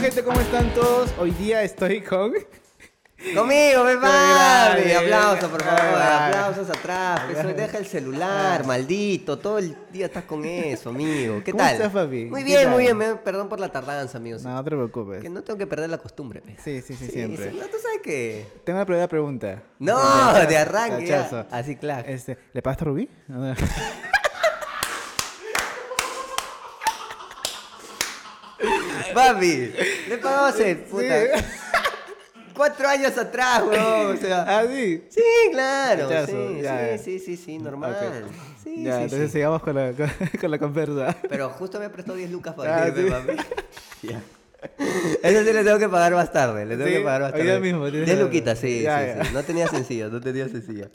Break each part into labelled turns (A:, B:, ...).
A: gente? ¿Cómo están todos? Hoy día estoy con...
B: Conmigo, me
A: grave,
B: papi. Aplausos, por
A: qué
B: favor.
A: grave.
B: Aplausos atrás. pues, hoy deja el celular, maldito. Todo el día estás con eso, amigo. ¿Qué
A: Ah. ¿Cómo
B: tal?
A: estás, papi?
B: Muy
A: ¿Qué
B: bien,
A: tal?
B: muy bien. me- Perdón por la tardanza, amigos.
A: No, no te preocupes.
B: Que no tengo que perder la costumbre. pe.
A: Sí, sí, sí, siempre.
B: sí, No, tú sabes que.
A: Tengo una primera pregunta.
B: No,
A: Cachazo,
B: de arranque. ya.
A: cachazo.
B: Así, claro.
A: Este, ¿Le pagaste a Rubí? No, no.
B: Papi, le pagaba hace, puta.
A: Sí.
B: Cuatro años atrás, weón. O sea.
A: Ah, sí.
B: Sí, claro.
A: Cachazo,
B: sí,
A: ya.
B: sí, sí, sí, sí, normal.
A: Ok.
B: Sí,
A: ya,
B: sí, sí.
A: entonces sigamos con la, con, con la conversa.
B: Pero justo me prestó 10 lucas
A: Ah,
B: para irme,
A: sí.
B: papi. Eso sí le tengo que pagar más tarde, le tengo
A: Sí,
B: que pagar más
A: hoy
B: tarde.
A: día mismo, tienes
B: 10
A: que-
B: luquitas, sí,
A: Ya,
B: sí,
A: ya.
B: sí. No tenía sencilla, no tenía sencilla.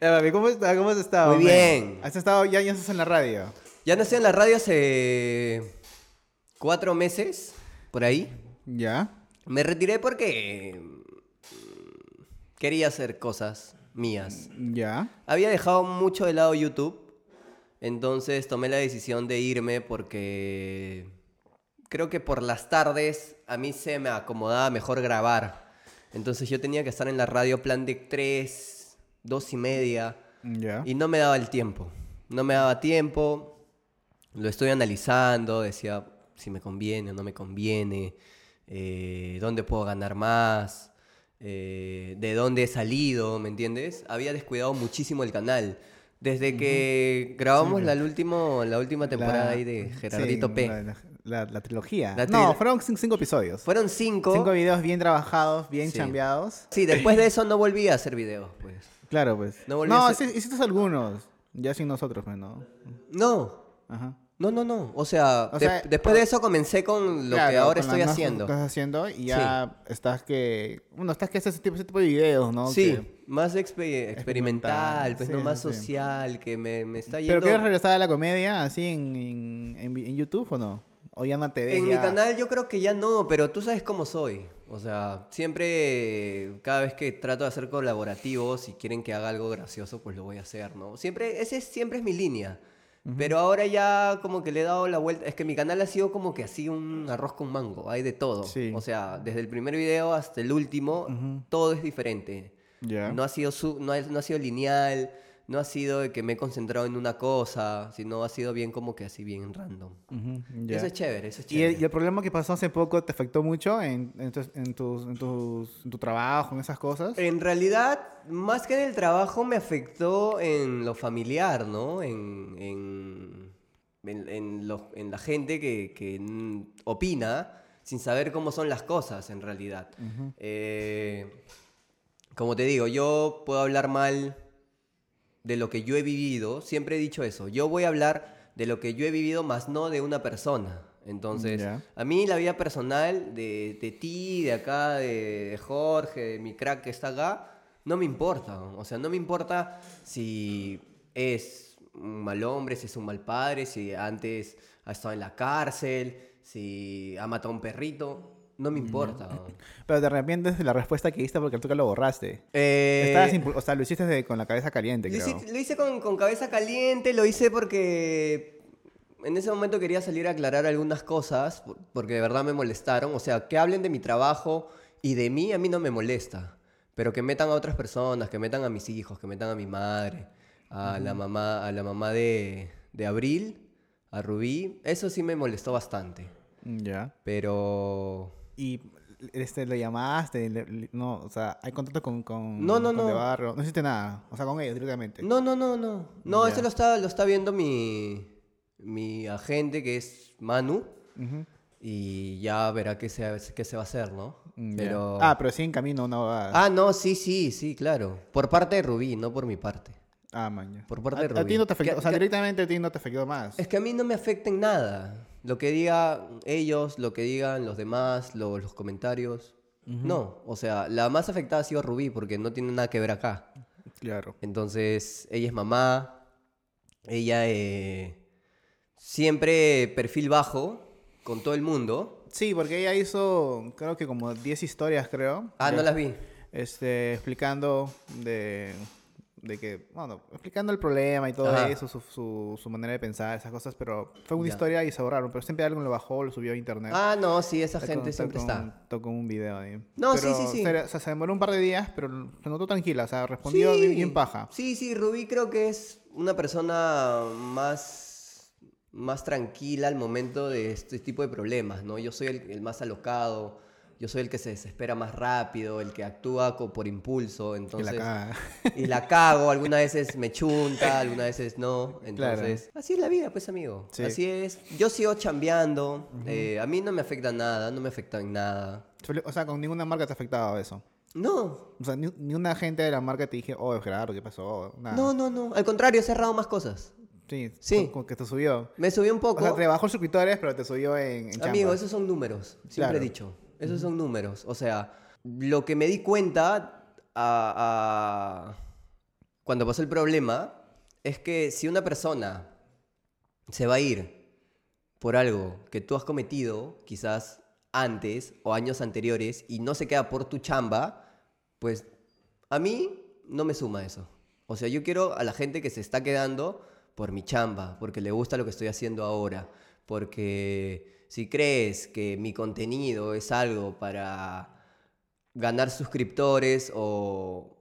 A: Ya, papi, ¿cómo, está- ¿Cómo has estado?
B: Muy
A: man?
B: bien.
A: Has estado ya años en la radio.
B: Ya no estoy en la radio hace cuatro meses, por ahí.
A: ¿Ya?
B: Me retiré porque mm, quería hacer cosas mías.
A: ¿Ya?
B: Había dejado mucho de lado YouTube, entonces tomé la decisión de irme porque creo que por las tardes a mí se me acomodaba mejor grabar. Entonces yo tenía que estar en la radio plan de 3, 2 y media
A: ¿Ya?
B: y no me daba el tiempo. No me daba tiempo, lo estoy analizando, decía si me conviene o no me conviene, eh, dónde puedo ganar más, eh, de dónde he salido, ¿me entiendes? Había descuidado muchísimo el canal. Desde que grabamos la, último, la última temporada
A: La-
B: ahí de Gerardito
A: sí,
B: P.
A: La, la- la trilogía.
B: La
A: no,
B: tril-
A: fueron cin- cinco episodios.
B: Fueron cinco.
A: Cinco videos bien trabajados, bien
B: Sí.
A: chambeados.
B: Sí, después de eso no volví a hacer videos, pues.
A: Claro, pues.
B: No
A: No,
B: volví a hacer-
A: hici- hiciste algunos. Ya sin nosotros, pues, ¿no?
B: No,
A: Ajá.
B: no, no, no. O sea,
A: O
B: de-
A: sea,
B: después de eso comencé con lo que
A: Claro,
B: ahora
A: con
B: estoy
A: las nuevas
B: haciendo.
A: cosas que Estás haciendo y ya estás que. Bueno, estás que haces ese tipo, ese tipo de videos, ¿no?
B: Sí,
A: Que-
B: más expe- experimental, pues
A: Sí,
B: no
A: sí,
B: más
A: sí.
B: social, que me, me está
A: ¿Pero
B: yendo.
A: quieres regresar a la comedia así en, en, en vi- en YouTube o no? O ya no te ves.
B: en mi
A: ya?
B: canal yo creo que ya no, pero tú sabes cómo soy. O sea, siempre, cada vez que trato de hacer colaborativos y quieren que haga algo gracioso, pues lo voy a hacer, ¿no? Siempre, ese es- siempre es mi línea. Pero ahora ya como que le he dado la vuelta. Es que mi canal ha sido como que así un arroz con mango. Hay de todo.
A: Sí.
B: O sea, desde el primer video hasta el último, todo es diferente.
A: Ya.
B: No ha sido su- no, ha- no ha sido lineal, no ha sido de que me he concentrado en una cosa, sino ha sido bien como que así bien random.
A: Ujú, ya.
B: Eso es chévere, eso es
A: ¿Y
B: chévere.
A: el, y el problema que pasó hace poco te afectó mucho en, en, tus- en tus, en, tus- en tu trabajo, en esas cosas?
B: En realidad, más que en el trabajo, me afectó en lo familiar, ¿no? En, en, en, en lo- en la gente que, que, mm, opina sin saber cómo son las cosas, en realidad. Eh, como te digo, yo puedo hablar mal de lo que yo he vivido. Siempre he dicho eso. Yo voy a hablar de lo que yo he vivido, más no de una persona. Entonces,
A: Ya.
B: a mí la vida personal de, de ti, de acá, de, de Jorge, de mi crack que está acá, no me importa. O sea, no me importa si es un mal hombre, si es un mal padre, si antes ha estado en la cárcel, si ha matado a un perrito. No me importa.
A: Pero te arrepientes de la respuesta que diste porque tú que lo borraste.
B: Eh,
A: Estabas impu- o sea, lo hiciste de- con la cabeza caliente,
B: Lo
A: creo.
B: hice, lo hice con, con cabeza caliente, lo hice porque en ese momento quería salir a aclarar algunas cosas, por- porque de verdad me molestaron. O sea, que hablen de mi trabajo y de mí, a mí no me molesta. Pero que metan a otras personas, que metan a mis hijos, que metan a mi madre, a la mamá, a la mamá de, de Abril, a Rubí, eso sí me molestó bastante.
A: Ya.
B: Pero
A: Y este, le llamaste, le- le- no, o sea, hay contacto con, con,
B: No, no,
A: con
B: no.
A: De Barrio. No hiciste nada, o sea, con ellos directamente.
B: No, no, no, no. No,
A: Ya.
B: eso lo está, lo está viendo mi, mi agente, que es Manu. Y ya verá qué se, qué se va a hacer, ¿no?
A: Ya.
B: Mm, Pero...
A: Ah, pero sí en camino, no va. Ah,
B: Ah, no, sí, sí, sí, claro. Por parte de Rubí, no por mi parte.
A: Ah, man, ya.
B: por parte
A: a,
B: de
A: a ti
B: Rubí.
A: no te afectó,
B: Que-
A: o sea,
B: que-
A: directamente a ti no te afectó más.
B: Es que a mí no me afecta en nada. Lo que digan ellos, lo que digan los demás, lo- los comentarios. No, o sea, la más afectada ha sido Rubí porque no tiene nada que ver acá.
A: Claro.
B: Entonces, ella es mamá. Ella eh, siempre perfil bajo con todo el mundo.
A: Sí, porque ella hizo, creo que como 10 historias, creo.
B: Ah,
A: Ya.
B: no las vi.
A: Este, explicando de, de que, bueno, explicando el problema y todo
B: Ajá.
A: eso, su, su, su manera de pensar, esas cosas, pero fue una
B: Ya.
A: historia y se borraron, pero siempre alguien lo bajó, lo subió a internet.
B: Ah, no, sí, esa
A: Está con-
B: gente siempre
A: con-
B: está.
A: Tocó un video ahí.
B: No, sí,
A: Pero,
B: sí, sí.
A: serio, O sea, se demoró un par de días, pero se notó tranquila, o sea, respondió
B: Sí.
A: bien, bien paja.
B: Sí, sí, Rubí creo que es una persona más, más tranquila al momento de este tipo de problemas, ¿no? Yo soy el, el más alocado, yo soy el que se desespera más rápido, el que actúa co- por impulso,
A: Y la
B: entonces...
A: caga.
B: Y la cago, algunas veces me chunta, algunas veces no. Entonces, así es la vida, pues, amigo.
A: Sí.
B: Así es. Yo sigo chambeando. eh, a mí no me afecta nada, no me afecta en nada.
A: O sea, con ninguna marca te ha afectado eso.
B: No,
A: O sea, ni, ni una gente de la marca te dije, oh, Gerardo, ¿qué pasó? Nada.
B: no, no, no. Al contrario, he cerrado más cosas.
A: Sí,
B: Sí.
A: co- Como que te subió.
B: Me subí un poco.
A: O sea, te bajó suscriptores, pero te subió en, en
B: Amigo,
A: chamba.
B: esos son números, siempre
A: Claro.
B: he dicho. Esos son números. O sea, lo que me di cuenta a- a- cuando pasó el problema es que si una persona se va a ir por algo que tú has cometido, quizás antes o años anteriores, y no se queda por tu chamba, pues a mí no me suma eso. O sea, yo quiero a la gente que se está quedando por mi chamba, porque le gusta lo que estoy haciendo ahora, porque si crees que mi contenido es algo para ganar suscriptores o,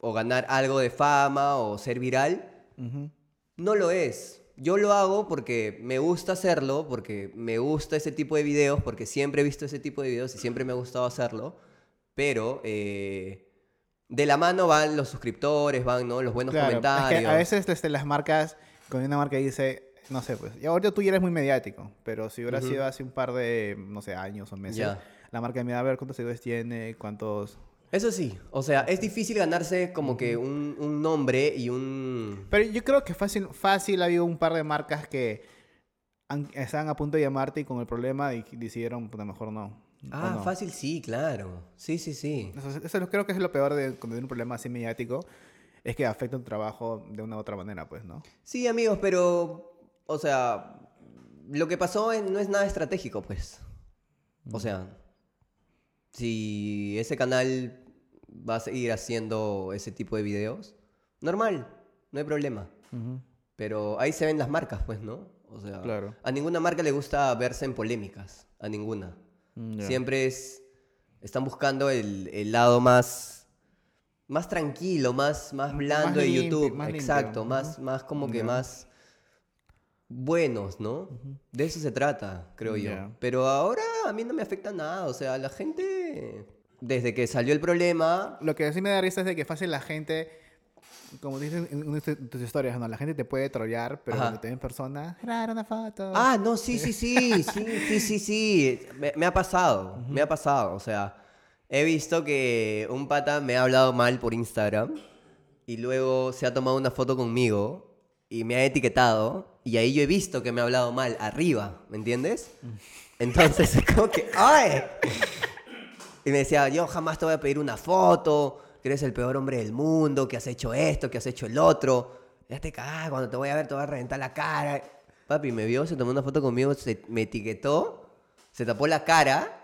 B: o ganar algo de fama o ser viral,
A: Ujú.
B: no lo es. Yo lo hago porque me gusta hacerlo, porque me gusta ese tipo de videos, porque siempre he visto ese tipo de videos y siempre me ha gustado hacerlo. Pero eh, de la mano van los suscriptores, van ¿no? los buenos
A: Claro, es que
B: comentarios.
A: a veces desde las marcas, con una marca dice, no sé, pues, y ahorita tú ya eres muy mediático, pero si hubiera
B: Ujú.
A: sido hace un par de, no sé, años o meses,
B: Ya.
A: la marca me da a ver cuántos seguidores tiene, cuántos...
B: Eso sí, o sea, es difícil ganarse como que un, un nombre y un...
A: Pero yo creo que fácil, fácil ha habido un par de marcas que han- estaban a punto de llamarte y con el problema y decidieron, pues mejor no. ¿o
B: Ah,
A: no?
B: fácil, sí, claro. Sí, sí, sí.
A: Eso, es- eso es lo- creo que es lo peor de cuando hay un problema así mediático, es que afecta un trabajo de una u otra manera, pues, ¿no?
B: Sí, amigos, pero, o sea, lo que pasó es- no es nada estratégico, pues. O sea, si ese canal va a seguir haciendo ese tipo de videos, normal, no hay problema. Pero ahí se ven las marcas, pues, ¿no? O sea,
A: Claro.
B: a ninguna marca le gusta verse en polémicas, a ninguna.
A: Mm, ya.
B: Siempre es, están buscando el, el lado más... Más tranquilo, más, más
A: Más
B: blando de
A: limpio,
B: YouTube.
A: más limpio.
B: Exacto, más,
A: Ujú.
B: más como que
A: Ya.
B: más buenos, ¿no? De eso se trata, creo
A: Ya.
B: yo. Pero ahora a mí no me afecta nada, o sea, la gente desde que salió el problema,
A: Lo que sí me da risa es de que fácil la gente, como dices en una de tus historias, ¿no? la gente te puede trollear, pero
B: Ajá.
A: cuando te ven en persona, "Gerardo, una foto.
B: ah, no, sí, sí, sí, sí, sí, sí, sí, me, me ha pasado, me ha pasado, o sea, he visto que un pata me ha hablado mal por Instagram y luego se ha tomado una foto conmigo y me ha etiquetado y ahí yo he visto que me ha hablado mal arriba, ¿me entiendes? Entonces es como que, ¡ay! Y me decía, yo jamás te voy a pedir una foto, que eres el peor hombre del mundo, que has hecho esto, que has hecho el otro. Ya te cagás, cuando te voy a ver te voy a reventar la cara. Papi, me vio, se tomó una foto conmigo, se, me etiquetó, se tapó la cara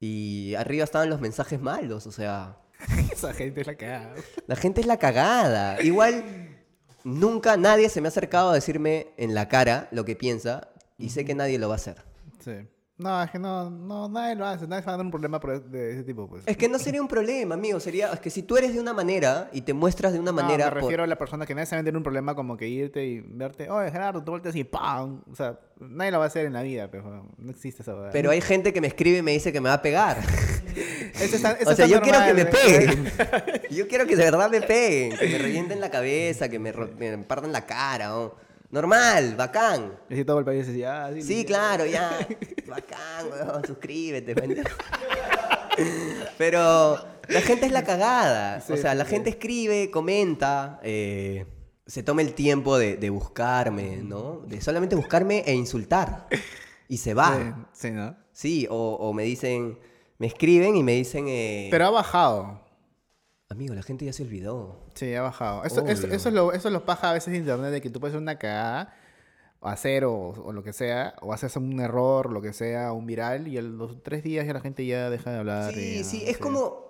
B: y arriba estaban los mensajes malos, o sea...
A: Esa gente es la que hago.
B: La gente es la cagada. Igual nunca nadie se me ha acercado a decirme en la cara lo que piensa y sé que nadie lo va a hacer.
A: Sí. No, es que no, no, nadie lo hace, nadie se va a dar un problema por de ese tipo, pues.
B: Es que no sería un problema, amigo. Sería es que si tú eres de una manera y te muestras de una
A: No,
B: manera.
A: me
B: por-
A: refiero a la persona que nadie se va a meter en un problema como que irte y verte, oye Gerardo, tú volteas y ¡pam! O sea, nadie lo va a hacer en la vida, pero no existe esa verdad.
B: Pero hay gente que me escribe y me dice que me va a pegar.
A: Eso está- eso
B: o
A: está
B: sea, yo quiero que
A: normal,
B: me
A: ¿eh?
B: peguen. Yo quiero que de verdad me peguen. Que me revienten la cabeza, que me, ro- me partan la cara. ¿no? Normal, bacán.
A: Y así todo el país decía, ah, sí.
B: Sí,
A: ya".
B: claro, ya. Bacán, weón, suscríbete, pendejo. Pero la gente es la cagada. o sea, la gente escribe, comenta, eh, se toma el tiempo de, de buscarme, ¿no? De solamente buscarme e insultar. Y se va.
A: Sí, sí, ¿no?
B: Sí, o, o me dicen, me escriben y me dicen, eh,
A: Pero ha bajado.
B: amigo, la gente ya se olvidó.
A: Sí, ha bajado. Eso, eso,
B: Obvio.
A: eso es lo, eso es lo paja a veces de internet, de que tú puedes hacer una cagada, o hacer, o, o lo que sea, o haces un error, lo que sea, un viral, y a los tres días ya la gente ya deja de hablar. y
B: Sí,
A: ya,
B: sí, es como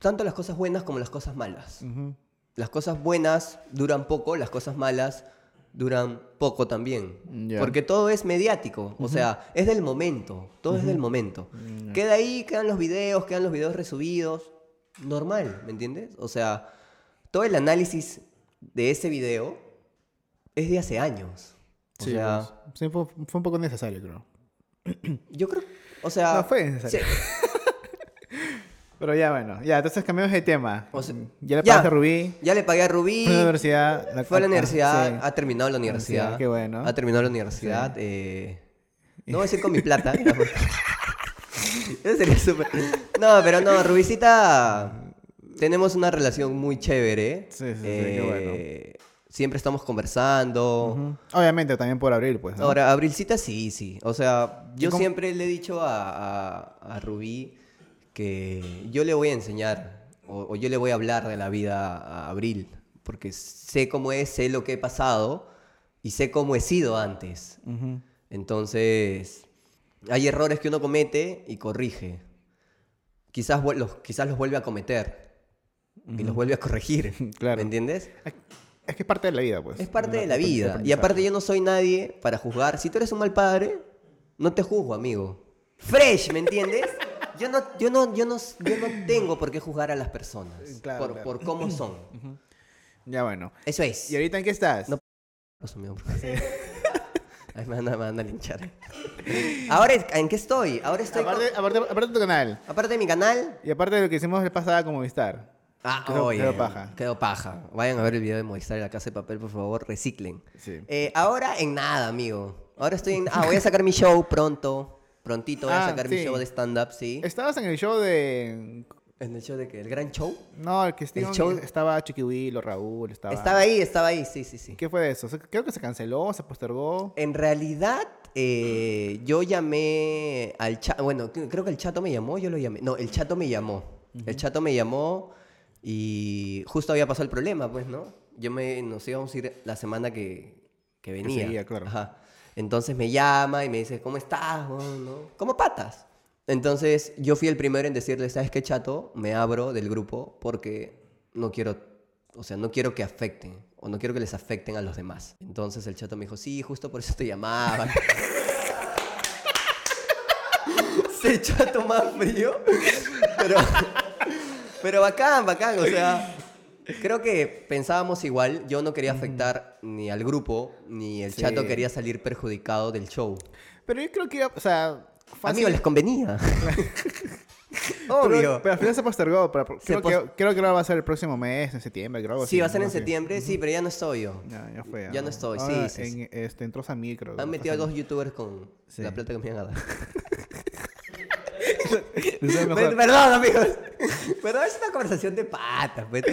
B: tanto las cosas buenas como las cosas malas.
A: Ujú.
B: las cosas buenas duran poco, las cosas malas duran poco también.
A: Ya.
B: Porque todo es mediático, o sea, es del momento, todo es del momento.
A: Mm,
B: Queda ahí, quedan los videos, quedan los videos resubidos, normal, ¿me entiendes? O sea, todo el análisis de ese video es de hace años. O
A: Sí,
B: sea,
A: pues, sí, fue, fue un poco necesario, creo.
B: yo creo, o sea,
A: No, fue necesario. Pero ya, bueno. Ya, entonces cambiamos de tema. Mm,
B: O sea,
A: ya le
B: ya.
A: pasaste a Rubí.
B: ya le pagué a Rubí.
A: Fue a la universidad.
B: Fue a la
A: ah,
B: universidad,
A: sí.
B: ha terminado la universidad.
A: Universidad, qué bueno.
B: Ha terminado la universidad. eh, no voy a decir con mi plata. ya, porque- Eso sería súper. No, pero no, Rubicita. Tenemos una relación muy chévere.
A: Sí, sí, sí, qué
B: eh, Siempre estamos conversando.
A: Ujú. Obviamente, también por abril, pues. ¿no?
B: Ahora, Abrilcita sí, sí. O sea, yo
A: cómo-
B: siempre le he dicho a, a- a Rubí que yo le voy a enseñar o, o yo le voy a hablar de la vida a Abril, porque sé cómo es, sé lo que he pasado y sé cómo he sido antes.
A: Ujú.
B: Entonces, hay errores que uno comete y corrige. Quizás vuel- los, quizás los vuelve a cometer y los vuelve a corregir.
A: Claro.
B: ¿Me entiendes?
A: Es que es parte de la vida, pues.
B: Es parte de la
A: es- es
B: vida. Y
A: aprendizaje.
B: aparte yo no soy nadie para juzgar. Si tú eres un mal padre, no te juzgo, amigo. Fresh, ¿me entiendes? Yo no, yo no, yo no, yo no tengo por qué juzgar a las personas
A: Eh, Claro,
B: por,
A: claro.
B: por cómo son.
A: Ya, bueno.
B: Eso es.
A: ¿Y ahorita en qué estás?
B: No. Dios mío. Ay, me van a, me van a linchar. Ahora, es- ¿en qué estoy? Ahora estoy... con-
A: aparte,
B: Aparte,
A: aparte- aparte de tu canal.
B: de mi canal...
A: Y aparte de lo que hicimos la pasada con Movistar.
B: Ah,
A: Quedó-
B: oye,
A: quedó paja.
B: Quedó paja. Vayan a ver el video de Movistar en la casa de papel, por favor. Reciclen.
A: Sí.
B: Eh, ahora en nada, amigo. Ahora estoy en. Ah, voy a sacar mi show pronto. Prontito voy a
A: Ah,
B: sacar mi
A: sí.
B: show de stand-up, sí.
A: Estabas en el show de.
B: ¿En el show de qué? ¿El gran show?
A: No, el que Steven-
B: show-
A: estaba Chiquihuilo, Raúl, estaba.
B: Estaba ahí, estaba ahí, sí, sí, sí.
A: ¿Qué fue de eso? Se- Creo que se canceló, se postergó.
B: En realidad, eh, yo llamé al chato. Bueno, cre- creo que el chato me llamó, yo lo llamé. No, el chato me llamó. El chato me llamó y justo había pasado el problema, pues, ¿no? Yo me. Nos íbamos a ir la semana que, que venía.
A: seguía, claro.
B: Ajá. Entonces me llama y me dice, ¿cómo estás? huevón, no? ¿Cómo patas? Entonces yo fui el primero en decirle, ¿sabes qué, chato? Me abro del grupo porque no quiero, o sea, no quiero que afecten o no quiero que les afecten a los demás. Entonces el chato me dijo, sí, justo por eso te llamaba. Se chato más frío, pero, pero bacán, bacán, o sea... Creo que pensábamos igual, yo no quería afectar ni al grupo, ni el
A: Sí.
B: chato quería salir perjudicado del show.
A: Pero yo creo que, o sea. fácil-
B: Amigo, les convenía.
A: pero-
B: Obvio.
A: Pero, al final se postergó. Pero
B: Se
A: creo, que, creo que ahora va a ser el próximo mes, en septiembre, creo. algo
B: sí,
A: así,
B: va a ser
A: ¿no?
B: en
A: Sí.
B: septiembre, sí, pero ya no estoy yo.
A: Ya, ya fue.
B: Ya no estoy, sí,
A: Ahora
B: sí, sí.
A: en- este, entró Samir, creo.
B: Han metido a
A: Samir.
B: dos youtubers con
A: Sí.
B: la plata que me iban a dar.
A: Les doy mejor.
B: Per- Perdón, amigos. Perdón, es una conversación de patas. pues.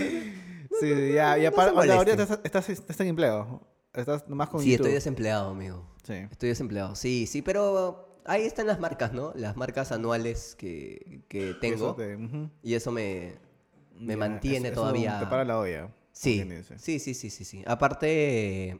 A: Sí, sí, ya, ya
B: no
A: para,
B: se
A: o sea, ahorita
B: molesten.
A: estás, estás, estás en empleo. Estás nomás con
B: Sí,
A: YouTube.
B: estoy desempleado, amigo.
A: Sí.
B: Estoy desempleado, sí, sí, pero ahí están las marcas, ¿no? Las marcas anuales que, que tengo.
A: Eso te- ujú.
B: Y eso me, me
A: Ya,
B: mantiene
A: eso- eso
B: todavía.
A: Te para la olla.
B: Sí,
A: ¿entiendes?
B: sí, sí, sí, sí, sí. Aparte,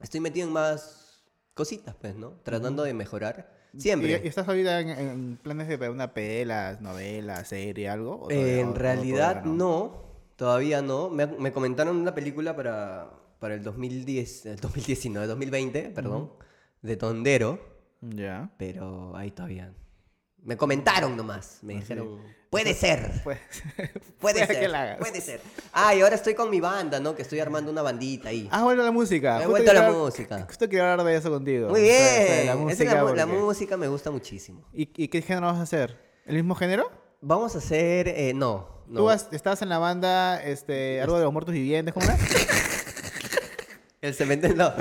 B: estoy metido en más cositas, pues, ¿no? Tratando de mejorar. Siempre.
A: ¿Y, y estás ahorita en, en planes de ver una pela, novela, serie, algo? ¿O todavía
B: Eh,
A: no?
B: en
A: ¿O
B: realidad
A: todavía
B: no, todavía no. Me, me comentaron una película para, para el 2010, el 2019, 2020, perdón, de Tondero,
A: Ya.
B: pero ahí todavía. Me comentaron nomás, me dijeron, puede ser.
A: Pues,
B: Puede
A: Ah, Puede
B: ser.
A: que la hagas.
B: Puede ser. Ah, y ahora estoy con mi banda, ¿no? Que estoy armando una bandita ahí.
A: ah, vuelve a la música.
B: He
A: Justo
B: vuelto a la
A: quería-
B: música.
A: Justo quiero hablar de eso contigo.
B: Ah. Muy
A: O
B: bien.
A: sea, o sea, de
B: Esa es
A: la
B: La mu-
A: música.
B: la,
A: porque-
B: música me gusta muchísimo.
A: ¿Y, y qué género vas a hacer? ¿El mismo género?
B: Vamos a hacer. eh, no. no.
A: Tú has- estabas en la banda este, Algo de los Muertos Vivientes, ¿cómo era?
B: El cementerio. No.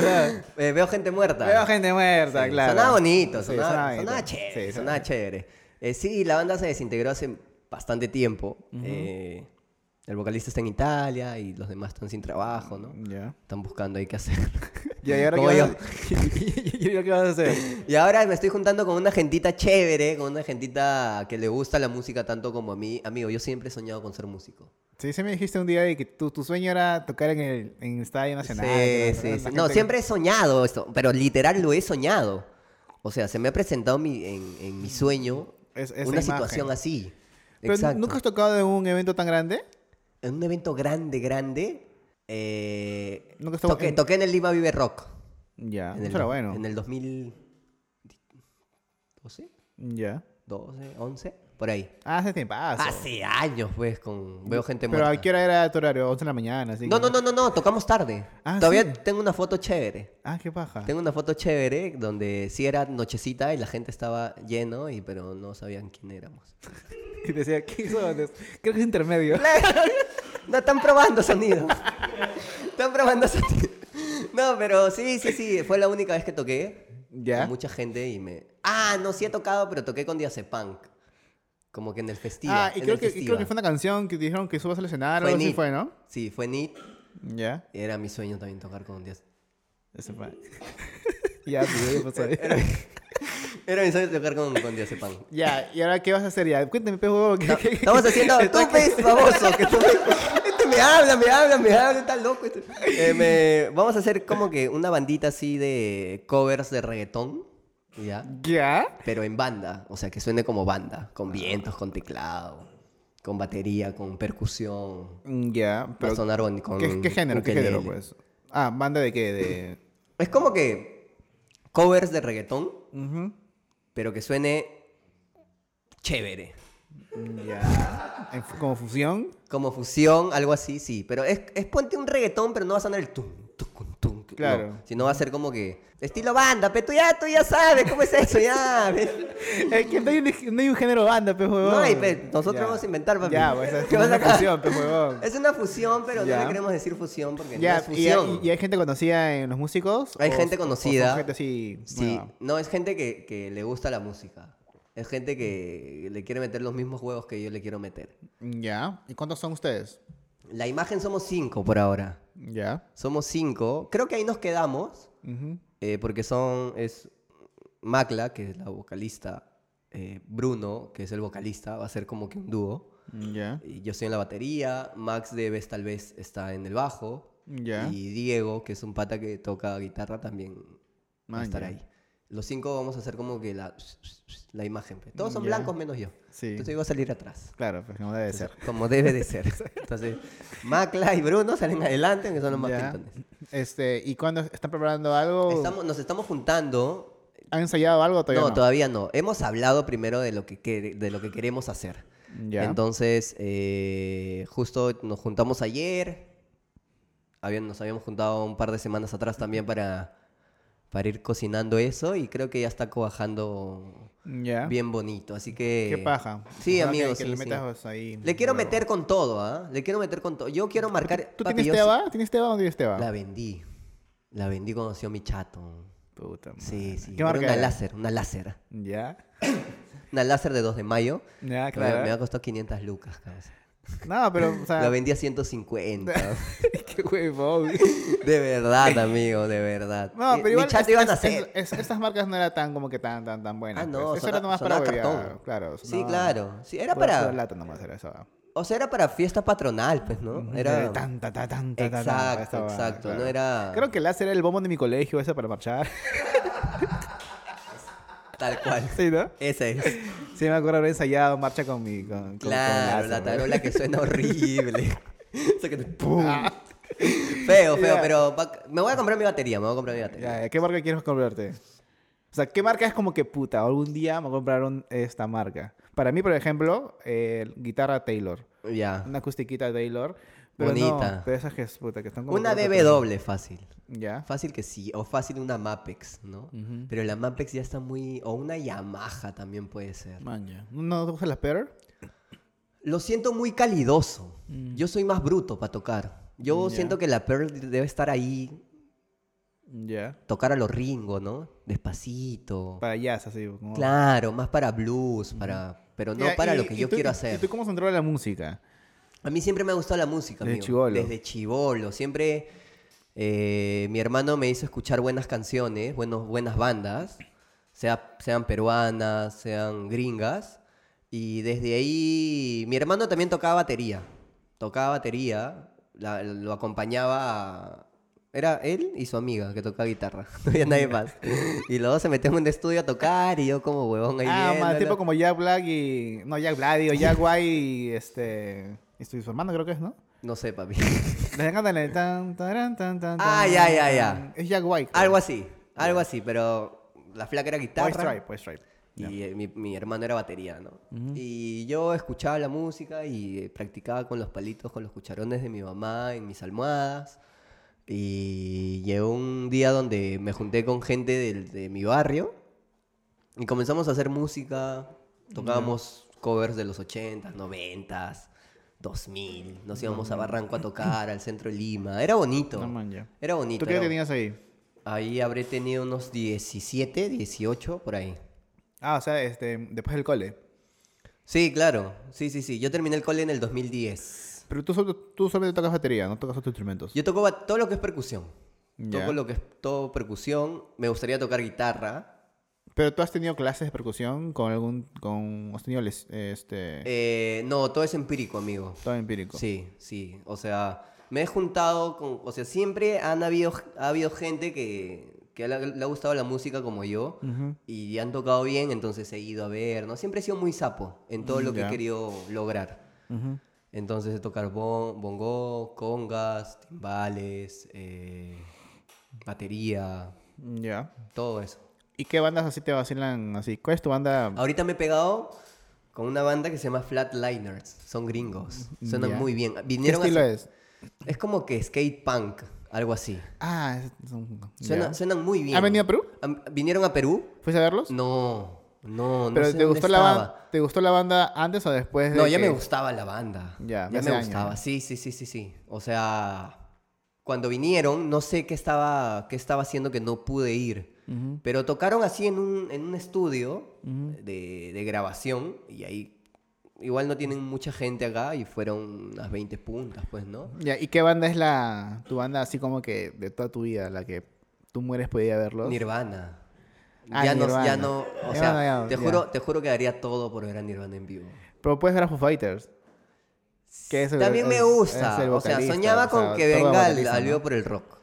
B: Eh, veo gente muerta.
A: Veo gente muerta,
B: Sí,
A: claro.
B: Sonaba bonito,
A: Sí,
B: sonaba, sonaba
A: bonito.
B: chévere.
A: Sí,
B: sonaba chévere. Eh, sí, la banda se desintegró hace bastante tiempo. Eh, el vocalista está en Italia y los demás están sin trabajo, ¿no?
A: Ya.
B: Están buscando ahí qué hacer.
A: Ya, ¿Y ahora
B: Como
A: qué
B: yo.
A: vas a- ¿Y ahora qué vas a hacer?
B: Y ahora me estoy juntando con una gentita chévere, con una gentita que le gusta la música tanto como a mí. Amigo, yo siempre he soñado con ser músico.
A: Sí, sí me dijiste un día de que tu, tu sueño era tocar en el, en el Estadio Nacional.
B: Sí, sí, sí. No, siempre he soñado esto, pero literal lo he soñado. O sea, se me ha presentado mi- en, en mi sueño
A: Es- esa
B: una
A: imagen.
B: situación así.
A: Pero
B: Exacto.
A: ¿Nunca has tocado en un evento tan grande?
B: en un evento grande, grande, eh,
A: Nunca estuvo
B: toqué,
A: en-
B: toqué en el Lima Vive Rock.
A: Ya,
B: En el,
A: eso era bueno.
B: En el 2012,
A: Ya.
B: 12, 11, por ahí.
A: Ah, hace tiempazo.
B: Hace años, pues, con... veo gente
A: Pero ¿a
B: muerta.
A: qué hora era tu horario? 11 de la mañana, así
B: No,
A: que-
B: no, no, no, no, tocamos tarde.
A: Ah,
B: Todavía
A: sí.
B: tengo una foto chévere.
A: Ah, qué paja.
B: Tengo una foto chévere donde sí era nochecita y la gente estaba lleno, y, pero no sabían quién éramos.
A: Y decía, ¿qué hizo? antes? Creo que es intermedio.
B: No, están probando sonido. están probando sonido. No, pero sí, sí, sí. Fue la única vez que toqué.
A: Ya.
B: Con mucha gente y me. Ah, no, sí he tocado, pero toqué con Diazepunk. Como que en el festival.
A: Ah, y creo que, y creo que fue una canción que dijeron que subas al escenario. Algo así
B: Neat.
A: fue, ¿no?
B: Sí, fue Neat.
A: Ya.
B: Era mi sueño también tocar con Diazepunk.
A: Ese fue. ya, tío, ya pasó ahí.
B: Era mi sueño tocar con, con Diazepunk.
A: Ya, ¿y ahora qué vas a hacer ya? Cuéntame, pe huevo. ¿qué- qué- qué-
B: Estamos haciendo
A: Está-
B: tupes, famoso. Que tú me- este me habla, me habla, me habla, está loco. este. Eh, me- vamos a hacer como que una bandita así de covers de reggaetón, ¿ya?
A: ¿Ya?
B: Pero en banda, o sea, que suene como banda, con vientos, con teclado, con batería, con percusión.
A: Ya,
B: Va a
A: pero...
B: sonar con, con
A: ¿Qué, qué género? ¿Qué
B: ukelele.
A: género, pues? Ah, ¿banda de qué? De...
B: Es como que covers de reggaetón,
A: Ujú.
B: pero que suene chévere.
A: Ya. En- ¿Como fusión?
B: Como fusión, algo así, sí. Pero es, es ponte un reggaetón, pero no va a sonar el tum, tum, tum, tum. no.
A: Claro.
B: sino va a ser como que. Estilo banda, pero tú ya, tú ya sabes cómo es eso, ya. ¿ves?
A: Es que no hay un, no hay un género banda, pe huevón.
B: No hay, pe, nosotros
A: Ya.
B: vamos a inventar, papi.
A: Ya, pues es
B: ¿Qué vas
A: una
B: acá?
A: canción, pe huevón.
B: Es una fusión, pero
A: Ya.
B: no le queremos decir fusión porque no
A: Ya,
B: es
A: y, hay,
B: fusión.
A: y hay gente conocida en los músicos?
B: Hay
A: ¿O-
B: gente
A: o son
B: conocida.
A: gente así...
B: Sí,
A: nueva?
B: no, es gente que, que le gusta la música. Es gente que le quiere meter los mismos huevos que yo le quiero meter.
A: Ya. ¿Y cuántos son ustedes?
B: La imagen somos cinco por ahora.
A: Ya.
B: Somos cinco. Creo que ahí nos quedamos.
A: Ujú.
B: Eh, porque son, es Macla, que es la vocalista, eh, Bruno, que es el vocalista, va a ser como que un dúo.
A: Ya.
B: Y yo estoy en la batería, Max Deves tal vez está en el bajo,
A: Ya.
B: y Diego, que es un pata que toca guitarra, también va a
A: Man,
B: estar
A: ya.
B: ahí. Los cinco vamos a hacer como que la, la imagen. pues. Todos son
A: Ya.
B: blancos menos yo.
A: Sí.
B: Entonces yo voy a salir atrás.
A: Claro, pues como debe ser.
B: Como debe de ser. Entonces, Macla y Bruno salen adelante, que son los más
A: Ya. Oh.
B: pintones.
A: Este, ¿y cuándo están preparando algo?
B: Estamos- nos estamos juntando
A: ¿Han ensayado algo o todavía
B: no,
A: no?
B: todavía no. Hemos hablado primero de lo que, quere- de lo que queremos hacer.
A: Ya.
B: Entonces, eh, justo nos juntamos ayer. Habían- nos habíamos juntado un par de semanas atrás también para, para ir cocinando eso y creo que ya está cobajando
A: Ya.
B: bien bonito. Así que...
A: Qué paja.
B: Sí,
A: Ojalá
B: amigo.
A: que- que
B: sí,
A: le
B: sí.
A: metas ahí.
B: Le quiero
A: huevo.
B: meter con todo, ¿ah? Le quiero meter con todo. Yo quiero marcar...
A: ¿Tú
B: Papi,
A: tienes
B: yo
A: Teba? ¿Tienes Teba o no tienes
B: sí- La
A: Teba?
B: vendí. La vendí cuando nació mi chato.
A: Puta madre.
B: Sí, sí.
A: ¿Qué
B: Era
A: marca
B: una
A: era?
B: láser, una láser.
A: Ya.
B: Una láser de 2 de mayo.
A: Ya,
B: Me- Me, ha
A: Ah, claro.
B: costado 500 lucas, cabeza.
A: No, pero, o
B: La
A: sea...
B: vendí a 150.
A: Qué huevón.
B: de verdad, amigo, de verdad.
A: No,
B: Mi-
A: pero igual
B: Mi Eh, chat
A: es-
B: iba a
A: es-
B: nacer.
A: es- estas marcas no eran tan como que tan tan tan buenas.
B: Ah, no,
A: pues. eso
B: sonaba-
A: era nomás para
B: sonaba
A: huevear,
B: cartón.
A: claro.
B: Sí,
A: sonaba-
B: claro. Sí, era
A: pura- pura
B: para...
A: lata nomás era eso.
B: O sea, era para fiesta patronal, pues, ¿no?
A: De
B: Era...
A: tan, ta, ta, tan, ta, ta, tan,
B: Exacto,
A: estaba,
B: exacto.
A: claro.
B: No era
A: Creo que el láser era el bombo de mi colegio ese para marchar.
B: tal cual.
A: sí, ¿no?
B: Esa es.
A: Sí, me acuerdo haber ensayado marcha con mi con, con- con
B: Claro,
A: láser,
B: la
A: ¿no? Ah.
B: tarola que suena horrible. Eso que te- ¡Pum! Feo, feo,
A: Ya.
B: pero va- me voy a comprar mi batería, me voy a comprar mi batería.
A: Ya, ya, ¿Qué marca quieres comprarte? O sea, ¿qué marca es como que puta? Algún día me compraron esta marca. Para mí, por ejemplo, eh, guitarra Taylor.
B: Ya.
A: Una acustiquita Taylor. Pero
B: Bonita.
A: No, pero esas que es puta, que están como.
B: Una
A: que-
B: DB fácil.
A: Ya.
B: Fácil que sí, o fácil una Mapex, ¿no? Pero la Mapex ya está muy... O una Yamaha también puede ser.
A: Maña. ¿No te gustan las Peter?
B: Lo siento muy calidoso. Yo soy más bruto para tocar. Yo
A: Ya.
B: siento que la Pearl debe estar ahí,
A: Ya.
B: tocar a los ringos, ¿no? Despacito.
A: Para jazz, así. como-
B: Claro, más para blues, para... Pero no
A: Ya,
B: para
A: y-
B: lo que
A: y
B: yo
A: tú-
B: quiero
A: ¿Y
B: hacer.
A: tú cómo se entró a la música?
B: A mí siempre me ha gustado la música,
A: Desde
B: amigo.
A: chibolo.
B: Desde chivolo. Siempre eh, mi hermano me hizo escuchar buenas canciones, buenos, buenas bandas, sea- sean peruanas, sean gringas. Y desde ahí, mi hermano también tocaba batería. Tocaba batería, la- lo acompañaba a- Era él y su amiga que tocaba guitarra. No había nadie más. Y luego se metían en un estudio a tocar y yo como huevón ahí
A: Ah, más
B: viéndolo.
A: tipo como Jack Black y. No, Jack Black, digo, Jack White y este. Y su su hermano, creo que es, ¿no?
B: No sé, papi.
A: La cántale tan, tarán, tan, tan,
B: Ah,
A: tan.
B: ya, ya, ya.
A: Es Jack White. creo.
B: Algo así, algo así, pero la flaca era
A: O
B: guitarra.
A: Stripe, o Stripe.
B: Y eh, mi, mi hermano era batería, ¿no? Y yo escuchaba la música y eh, practicaba con los palitos, con los cucharones de mi mamá en mis almohadas. Y llegó un día donde me junté con gente del- de, mi barrio y comenzamos a hacer música. Tocábamos covers de los 80s, 90s, 2000. Nos íbamos a Barranco a tocar, al centro de Lima. Era bonito.
A: No man, ya.
B: Era bonito.
A: ¿Tú qué
B: era-
A: edad tenías ahí?
B: Ahí habré tenido unos 17, 18, por ahí.
A: Ah, o sea, este, después del cole.
B: Sí, claro. Sí, sí, sí. Yo terminé el cole en el 2010.
A: Pero tú, solo- tú solamente tocas batería, no tocas otros instrumentos.
B: Yo toco ba- todo lo que es percusión.
A: Ya.
B: Toco lo que es todo percusión. Me gustaría tocar guitarra.
A: Pero tú has tenido clases de percusión con algún. Con, has tenido les- este,
B: Eh, no, todo es empírico, amigo.
A: todo empírico.
B: Sí, sí. O sea, me he juntado con... O sea, siempre han habido, ha habido gente que, que le, ha- le ha gustado la música como yo
A: Ujú.
B: y han tocado bien, entonces he ido a ver, ¿no? Siempre he sido muy sapo en todo lo que
A: Mm, Ya.
B: he querido lograr.
A: Ujú.
B: Entonces tocar bon- bongo, congas, timbales, eh, batería,
A: Ya.
B: todo eso.
A: ¿Y qué bandas así te vacilan así? ¿Cuál es tu banda?
B: Ahorita me he pegado con una banda que se llama Flatliners. Son gringos. Suenan
A: Ya.
B: muy bien.
A: ¿Qué
B: Vinieron a
A: estilo
B: hacer-
A: es?
B: Es como que skate punk, algo así.
A: Ah, es- son- ya.
B: Suena- Suenan muy bien.
A: ¿Han venido a Perú?
B: Am- ¿Vinieron a Perú?
A: ¿Fuiste a verlos?
B: No, no, no
A: ¿Pero
B: sé
A: te,
B: dónde
A: gustó la ban-
B: estaba.
A: te gustó la banda antes o después? de
B: No, ya
A: que-
B: me gustaba la banda.
A: Ya,
B: Ya,
A: hace
B: me
A: años,
B: gustaba.
A: ya.
B: Sí, sí, sí, sí, sí. O sea, cuando vinieron, no sé qué estaba, qué estaba haciendo que no pude ir.
A: Ujú.
B: Pero tocaron así en un, en un estudio de, de grabación y ahí igual no tienen mucha gente acá y fueron unas 20 puntas, pues, ¿no?
A: Ya, ¿y qué banda es la tu banda así como que de toda tu vida, la que tú mueres por ir a verlos?
B: Nirvana.
A: Ah,
B: ya, no,
A: Nirvana.
B: ya no, o sea,
A: Nirvana, ya,
B: te,
A: ya.
B: juro, te juro que daría todo por ver a Nirvana en vivo.
A: Pero puedes ver a Foo Fighters. Que es el-
B: También me
A: es-
B: gusta,
A: es el
B: o sea,
A: vocalista,
B: soñaba
A: o
B: con
A: sea,
B: que
A: todo
B: venga al,
A: vocalista,
B: al
A: ¿no?
B: vivo por el rock.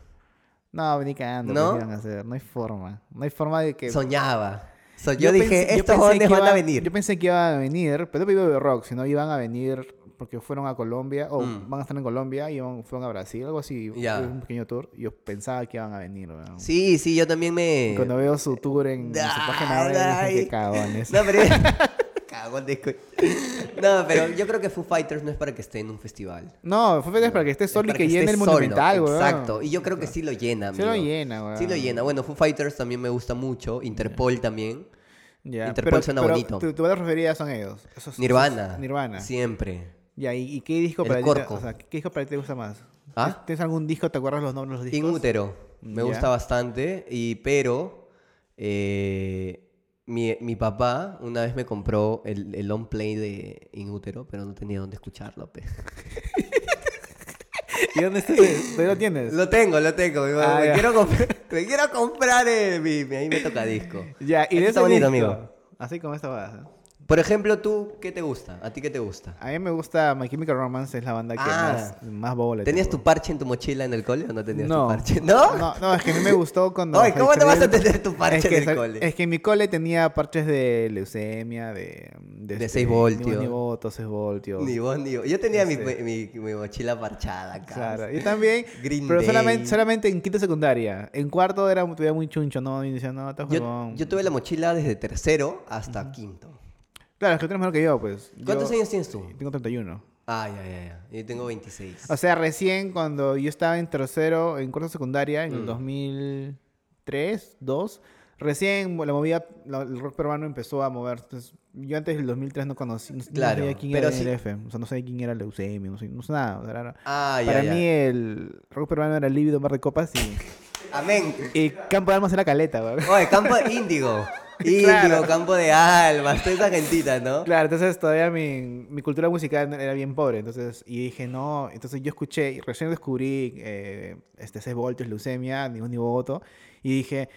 A: No, ni cagando, ¿No?
B: ¿No?
A: iban a hacer? No hay forma. No hay forma de que...
B: Soñaba. So- yo, dije,
A: pensé- yo
B: estos
A: pensé
B: jóvenes
A: que
B: van a
A: iban-
B: venir.
A: Yo pensé que iban a venir, pero no iba de rock, sino iban a venir porque fueron a Colombia, o van a estar en Colombia, y van- fueron a Brasil, algo así,
B: Mm. Ya.
A: fue un pequeño tour. y Yo pensaba que iban a venir, weón.
B: Sí, sí, yo también me...
A: Y Cuando veo su tour en, en su página web,
B: Eh, Ay.
A: dije, qué cagones.
B: No, pero... Cagón de co- No, pero yo creo que Foo Fighters no es para que esté en un festival.
A: No, fue feliz para que esté
B: Es
A: solo y
B: para
A: que,
B: esté
A: llene el
B: solo,
A: monumental, weón.
B: Exacto. Y yo creo que sí lo llena,
A: Sí lo
B: amigo.
A: llena, weón.
B: Sí lo llena. Bueno, Foo Fighters también me gusta mucho. Interpol también.
A: Ya,
B: Interpol suena bonito.
A: Tu, tu banda preferida son ellos. Esos-
B: Nirvana.
A: esos- Nirvana.
B: Siempre.
A: Ya, ¿y, y qué disco
B: El
A: para ti te-
B: Corco.
A: o sea, qué disco para ti te gusta más?
B: ¿Ah?
A: ¿Tienes- ¿Tienes algún disco? ¿Te acuerdas los nombres de los
B: In
A: discos?
B: útero. Me
A: Ya.
B: gusta bastante. Y, pero eh, mi, mi papá una vez me compró el, el on play de In útero, pero no tenía dónde escucharlo. pe.
A: ¿Y dónde está? ese? ¿Todavía lo tienes?
B: Lo tengo, lo tengo. Me,
A: Ah,
B: me
A: ya.
B: quiero, comp- me quiero comprar eh, mi, mi- ahí me toca disco.
A: Ya, y de
B: Este
A: ese
B: está bonito,
A: disco,
B: amigo.
A: Así como esta banda.
B: Por ejemplo, tú, ¿qué te gusta? ¿A ti qué te gusta?
A: A mí me gusta My Chemical Romance, es la banda que
B: Ah.
A: más, más bobo le
B: ¿Tenías tu
A: tengo.
B: parche en tu mochila en el cole o no tenías
A: No.
B: tu parche? ¿No?
A: No, no, es que a mí me gustó cuando...
B: Ay, ¿cómo te vas a
A: Felipe-
B: tener tu parche
A: es que,
B: en el
A: sal-
B: cole?
A: Es que en mi cole tenía parches de leucemia, de... este,
B: De seis voltios.
A: Ni votos, 6 voltios.
B: Ni vos, ni yo. Yo tenía mi,
A: Este.
B: mi, mi mochila parchada acá.
A: Claro, yo también,
B: Green
A: pero solamente,
B: Day.
A: solamente en quinto secundaria. En cuarto era todavía muy chuncho, no, y decía, no, estás
B: Yo,
A: huevón.
B: yo tuve la mochila desde tercero hasta quinto.
A: Claro, es que tú eres mejor que yo, pues.
B: ¿Cuántos
A: Yo
B: años tienes tú?
A: Tengo 31.
B: Ah, ya, ya, ya. Yo tengo 26.
A: O sea, recién cuando yo estaba en tercero, en cuarto de secundaria,
B: Mm.
A: en el 2003, 2, recién la movida, la- el rock peruano empezó a mover. Entonces, yo antes del 2003 no conocí, no, no
B: Claro,
A: sabía quién
B: pero
A: era
B: sí-
A: NLF, o sea, no sabía quién era Leucemia, no sé, no sé nada. o sea, era-
B: Ah, ya,
A: para
B: ya.
A: mí el rock peruano era Lívido, Mar de Copas y,
B: Amén.
A: y Campo de Armas era Caleta, weón.
B: Oye, campo de índigo. Índigo,
A: Claro.
B: campo de almas. Toda esa gentita, ¿no?
A: Claro, entonces todavía mi, mi cultura musical era bien pobre, entonces, y dije, no, entonces yo escuché, y recién descubrí eh, este 6 voltios, leucemia, ni un ni voto, y dije,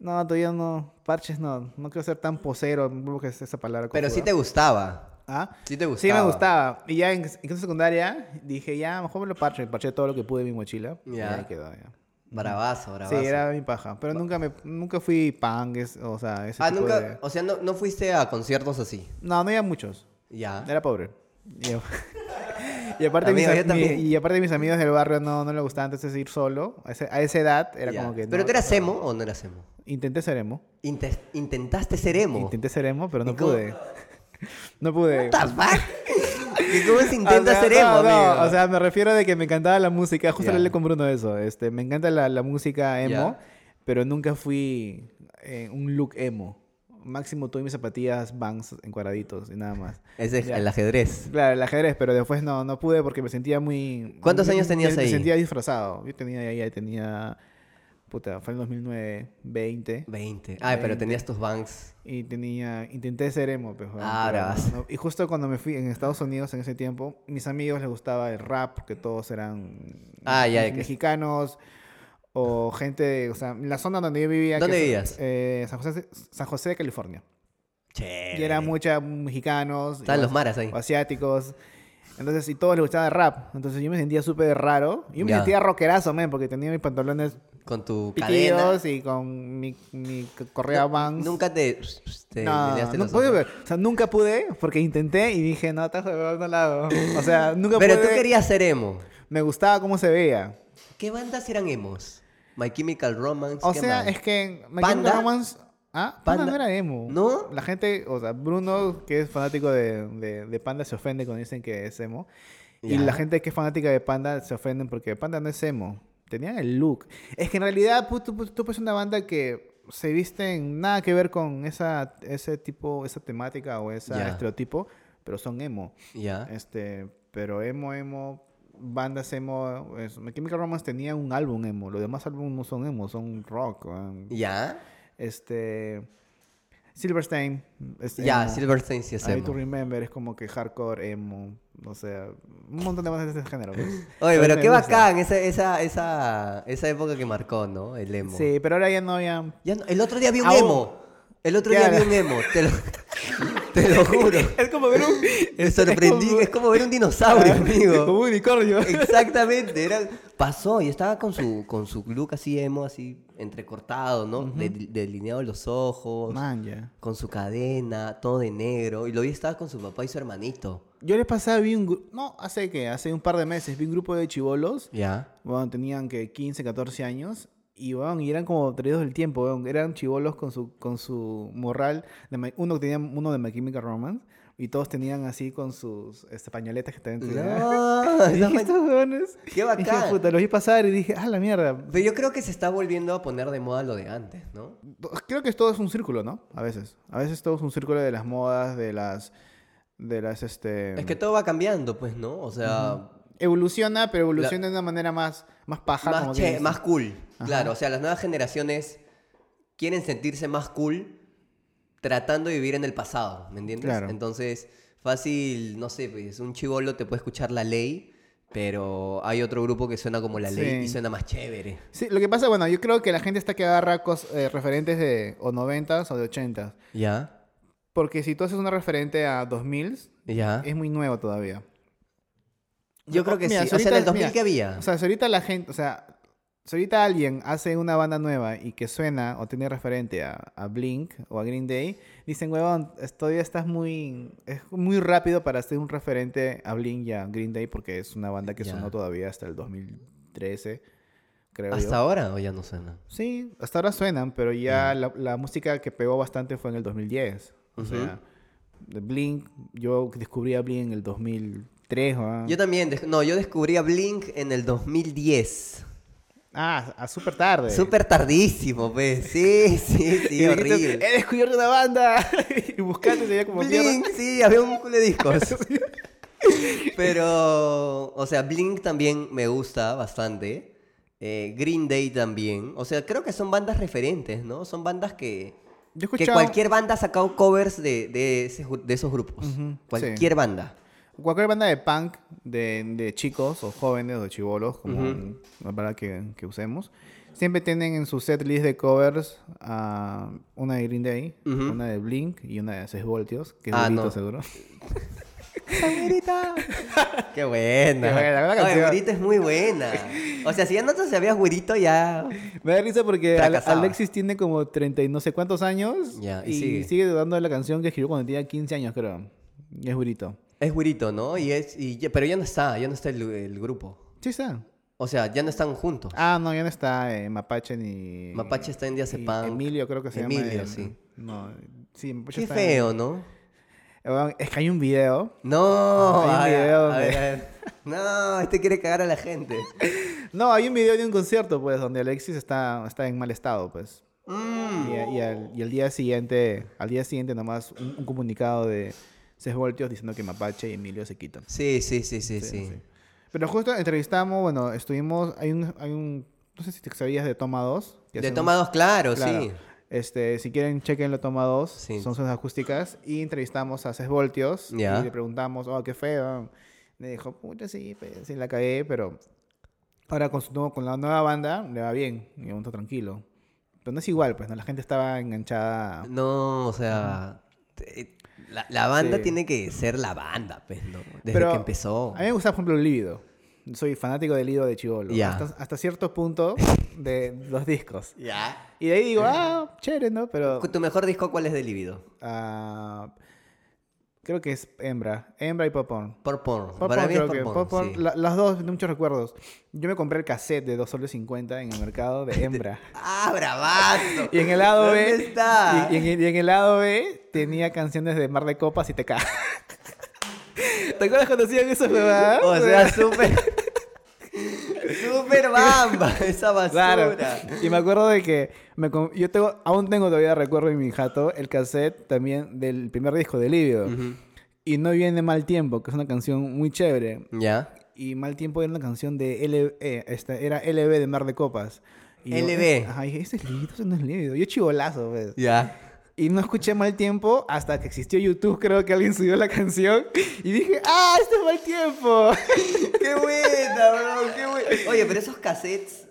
A: no, todavía no, parches no, no quiero ser tan posero, creo que es esa palabra.
B: Pero sí
A: cojuda.
B: te gustaba.
A: ¿Ah?
B: Sí te gustaba.
A: Sí me gustaba, y ya en, en quinto secundaria dije, ya, mejor me lo parcho, y parché todo lo que pude en mi mochila, y
B: Ya.
A: ahí quedó, ya.
B: Bravazo,
A: Sí,
B: bravazo.
A: era mi paja, pero nunca me, nunca fui punk, es- o sea, ese
B: Ah,
A: tipo
B: nunca.
A: de-
B: O sea, no, no fuiste a conciertos así.
A: No, no había muchos.
B: Ya.
A: Era pobre. Y- Y aparte,
B: Amigo,
A: mis,
B: yo
A: mi-
B: también.
A: y aparte mis amigos del barrio no, no le gustaba entonces ir solo. A, ese- a esa edad era
B: Ya.
A: como que...
B: ¿Pero
A: no-
B: tú eras emo o no eras emo?
A: Intenté ser emo.
B: Inte- intentaste ser emo.
A: Intenté ser emo, pero no
B: ¿Y cómo?
A: pude. No pude.
B: What the fuck? ¿Y cómo se intenta
A: O sea,
B: ser
A: no,
B: emo,
A: no,
B: amigo?
A: O sea, me refiero de que me encantaba la música. Justo
B: Ya.
A: hablé con Bruno de eso. Este, me encanta la, la música emo,
B: Ya.
A: pero nunca fui eh, un look emo. Máximo tuve mis zapatillas Vans en cuadraditos y nada más.
B: Ese es
A: Ya.
B: el ajedrez.
A: Claro, el ajedrez, pero después no, no pude porque me sentía muy...
B: ¿Cuántos
A: me-
B: años tenías
A: me-
B: ahí?
A: Me sentía disfrazado. Yo tenía ahí, ahí tenía... Puta, fue en 2009, 20.
B: 20. Ay, pero
A: 20.
B: tenías tus banks.
A: Y tenía, intenté ser emo, pues, weón,
B: Ah,
A: pero
B: bravas.
A: no- no. Y justo cuando me fui en Estados Unidos en ese tiempo, mis amigos les gustaba el rap, que todos eran
B: Ah, ya,
A: me-
B: que-
A: mexicanos o gente, de- o sea, la zona donde yo vivía. que
B: ¿Dónde
A: es,
B: vivías?
A: eh, San, José, San José de California.
B: Che.
A: Y eran muchos mexicanos.
B: Estaban
A: igual-
B: los maras ahí.
A: o asiáticos. Entonces, y todos les gustaba el rap. Entonces yo me sentía súper raro. Yo me
B: Ya.
A: sentía rockerazo, men, porque tenía mis pantalones
B: Con tu cadena.
A: pitidos y con mi, mi correa Vans.
B: Nunca te. te
A: No,
B: meneaste
A: no
B: los
A: pude
B: ojos.
A: ver. O sea, nunca pude porque intenté y dije, no, estás de otro lado. O sea, nunca
B: Pero tú
A: pude.
B: querías ser emo.
A: Me gustaba cómo se veía.
B: ¿Qué bandas eran emos? My Chemical Romance.
A: O
B: ¿qué
A: sea,
B: más?
A: es que My
B: ¿Panda?
A: Chemical Romance... Ah, Panda,
B: ¿Panda?
A: no era emo.
B: ¿No?
A: La gente, o sea, Bruno, que es fanático de, de- de Panda, se ofende cuando dicen que es emo. Y
B: Ya.
A: la gente que es fanática de Panda se ofenden porque Panda no es emo. Tenían el look. Es que en realidad pu- tú, tú, pues una banda que se visten nada que ver con esa, ese tipo, esa temática o ese
B: Ya. Ah.
A: estereotipo, pero son emo.
B: Ya.
A: Este, pero emo, emo, bandas emo, es, My Chemical Romance tenía un álbum emo, los demás álbumes no son emo, son rock. weón.
B: Ya.
A: Este, Silverstein. es
B: Ya,
A: emo.
B: Silverstein sí es
A: I to
B: emo.
A: Remember es como que hardcore, emo, o sea, un montón de bandas de ese género. pues.
B: Oye,
A: Entonces
B: pero
A: me
B: qué
A: gusta.
B: bacán esa, esa, esa, esa época que marcó, ¿no? El emo.
A: Sí, pero ahora ya no había...
B: Ya no- el otro día vi un
A: Aún-
B: emo. El otro día
A: Claro.
B: vi un emo. Te lo, te lo juro.
A: Es como ver un...
B: Me sorprendí. Es como ver un dinosaurio,
A: Como
B: amigo.
A: un unicornio.
B: Exactamente. Era, pasó y estaba con su, con su look así emo, así entrecortado, ¿no? De- delineado los ojos,
A: Man, ya.
B: con su cadena, todo de negro. Y lo vi estaba con su papá y su hermanito.
A: Yo les pasaba, vi un... gru- No, hace que, hace un par de meses, vi un grupo de chivolos
B: Ya.
A: Bueno, tenían que 15, 14 años. Y, weón, y eran como perdidos del tiempo, weón. Eran chivolos con su, con su morral. De My- uno tenía uno de My Chemical Romance. Y todos tenían así con sus este, pañoletas que también tenían.
B: No,
A: Y
B: no
A: dije,
B: me-
A: estos weones.
B: Qué
A: Dije,
B: bacán.
A: puta, los vi pasar y dije, ah, la mierda.
B: Pero yo creo que se está volviendo a poner de moda lo de antes, ¿no?
A: Creo que es todo es un círculo, ¿no? A veces. A veces todo es un círculo de las modas, de las. De las, este.
B: Es que todo va cambiando, pues, ¿no? O sea,
A: Evoluciona, pero evoluciona de una manera más, más paja. como
B: más,
A: que
B: che-
A: dices.
B: más cool. Claro, o sea, las nuevas generaciones quieren sentirse más cool tratando de vivir en el pasado, ¿me entiendes?
A: Claro.
B: Entonces, fácil, no sé, pues un chivolo te puede escuchar la ley, pero hay otro grupo que suena como la
A: Sí.
B: ley y suena más chévere.
A: Sí, lo que pasa, bueno, yo creo que la gente está que agarra cos- eh, referentes de o 90s o de 80s.
B: Ya,
A: Porque si tú haces una referente a 2000s,
B: ya.
A: es muy nuevo todavía.
B: Ah.
A: Oh,
B: Yo creo que
A: Em, Mira,
B: sí.
A: si
B: O sea, en el
A: ahorita-
B: 2000
A: mira,
B: que había.
A: O sea, si ahorita la gente, o sea, si ahorita alguien hace una banda nueva y que suena o tiene referente a, a Blink o a Green Day, dicen, huevón, es- todavía estás muy, es muy rápido para hacer un referente a Blink y a Green Day porque es una banda que
B: Ya.
A: sonó todavía hasta el 2013, creo yo.
B: ¿Hasta ahora o ya no suena?
A: Sí, hasta ahora suenan, pero ya la, la música que pegó bastante fue en el 2010. O
B: Ujú.
A: sea, de Blink, yo descubrí a Blink en el 2003. ¿ah?
B: Yo también, des- no, yo descubrí a Blink en el 2010.
A: Ah, a súper tarde.
B: Súper tardísimo, pues. Sí, sí, sí,
A: Y dijiste,
B: horrible.
A: He descubierto una banda. y buscando sería como
B: Blink,
A: mierda.
B: sí, había un culo de discos. Pero, o sea, Blink también me gusta bastante. Eh, Green Day también. O sea, creo que son bandas referentes, ¿no? Son bandas que,
A: Yo he
B: que
A: escuchado cualquier...
B: cualquier banda ha sacado covers de, de, ese gru- de esos grupos.
A: Ujú,
B: Cualquier banda.
A: banda de punk de, de chicos o jóvenes o chivolos, como la palabra que, que usemos. Siempre tienen en su set list de covers ah, una de Green Day,
B: Ujú.
A: una de Blink y una de 6 voltios, que es
B: Ah,
A: Burrito,
B: no.
A: seguro.
B: Qué buena.
A: Qué buena, buena
B: Oye,
A: canción.
B: Güerito es muy buena. O sea, si ya no te sabías Güerito, ya...
A: Me da risa porque Ale-
B: Fracasada.
A: Alexis tiene como 30 y no sé cuántos años
B: Ya, y
A: y,
B: sigue.
A: sigue dudando de la canción que escribió cuando tenía 15 años, creo. Y es burrito.
B: Es güerito, ¿no? Y es, y ya- pero ya no está, ya no está el, el grupo.
A: Sí está.
B: O sea, ya no están juntos.
A: Ah, no, ya no está eh, Mapache ni...
B: Mapache está en
A: y
B: Diazepam.
A: Emilio creo que se llama.
B: Emilio,
A: el-
B: sí.
A: No, sí, Mapache
B: Qué
A: está-
B: feo, ¿no?
A: Weón, Es que hay un video.
B: No,
A: Hay un
B: a ver,
A: video
B: a
A: de-
B: ver, a ver. No, este quiere cagar a la gente.
A: No, hay un video de un concierto, pues, donde Alexis está, está en mal estado, pues.
B: Mm.
A: Y, a- y al, y al día siguiente, al día siguiente nomás un, un comunicado de 6 voltios diciendo que Mapache y Emilio se quitan.
B: Sí, sí, sí, sí, sí.
A: sí. Pero justo entrevistamos, bueno, estuvimos, hay un, hay un no sé si te sabías de Toma 2. que
B: De
A: hacen-
B: toma dos, claro,
A: claro.
B: sí.
A: Este, si quieren, chequenlo Toma 2,
B: Sí.
A: son sus acústicas. Y entrevistamos a 6 voltios
B: Ya.
A: y le preguntamos, oh, qué feo. Me dijo, puta, sí, pues, sí, la cagué, pero ahora con, su nuevo- con la nueva banda le va bien, y un tranquilo. Pero no es igual, pues, ¿no? La gente estaba enganchada.
B: No, o sea, te- la, la banda
A: Sí.
B: tiene que ser la banda, pues, ¿no? Desde
A: Pero
B: que empezó.
A: A mí me gusta, por ejemplo, el Líbido. Soy fanático del Líbido de Chivolo.
B: Ya.
A: Hasta, hasta cierto punto de los discos.
B: Ya.
A: Y de ahí digo, ah, chévere, ¿no? Pero
B: ¿Tu mejor disco cuál es de Libido?
A: ah, creo que es Hembra. Hembra y Popcorn.
B: Por porn. Para
A: Popcorn
B: mí es
A: creo que.
B: por porn.
A: Popcorn,
B: sí.
A: la- las dos, de muchos recuerdos. Yo me compré el cassette de 2 soles 50 en el mercado de Hembra.
B: Ah, bravazo.
A: Y en el lado
B: ¿Dónde
A: B.
B: está?
A: Y, y en, el- y en el lado B tenía canciones de Mar de Copas y TK. ¿Te acuerdas cuando hacían esas huevadas?
B: O sea, súper. súper bamba esa
A: Claro.
B: basura.
A: Y me acuerdo de que me com- yo tengo, aún tengo todavía recuerdo en mi jato el cassette también del primer disco de Livio.
B: Ujú.
A: Y no viene Mal Tiempo, que es una canción muy chévere.
B: Ya.
A: Y Mal Tiempo era una canción de LB, eh, esta, era LB de Mar de Copas. Y yo,
B: LB.
A: eh, ajá, dije, ese es Libido, ese no es Libido. Yo chivolazo, pues.
B: Ya.
A: Y no escuché Mal Tiempo hasta que existió YouTube, creo que alguien subió la canción. Y dije, ¡ah, este es Mal Tiempo!
B: Qué buena, bro. Qué buena. Oye, pero esos cassettes.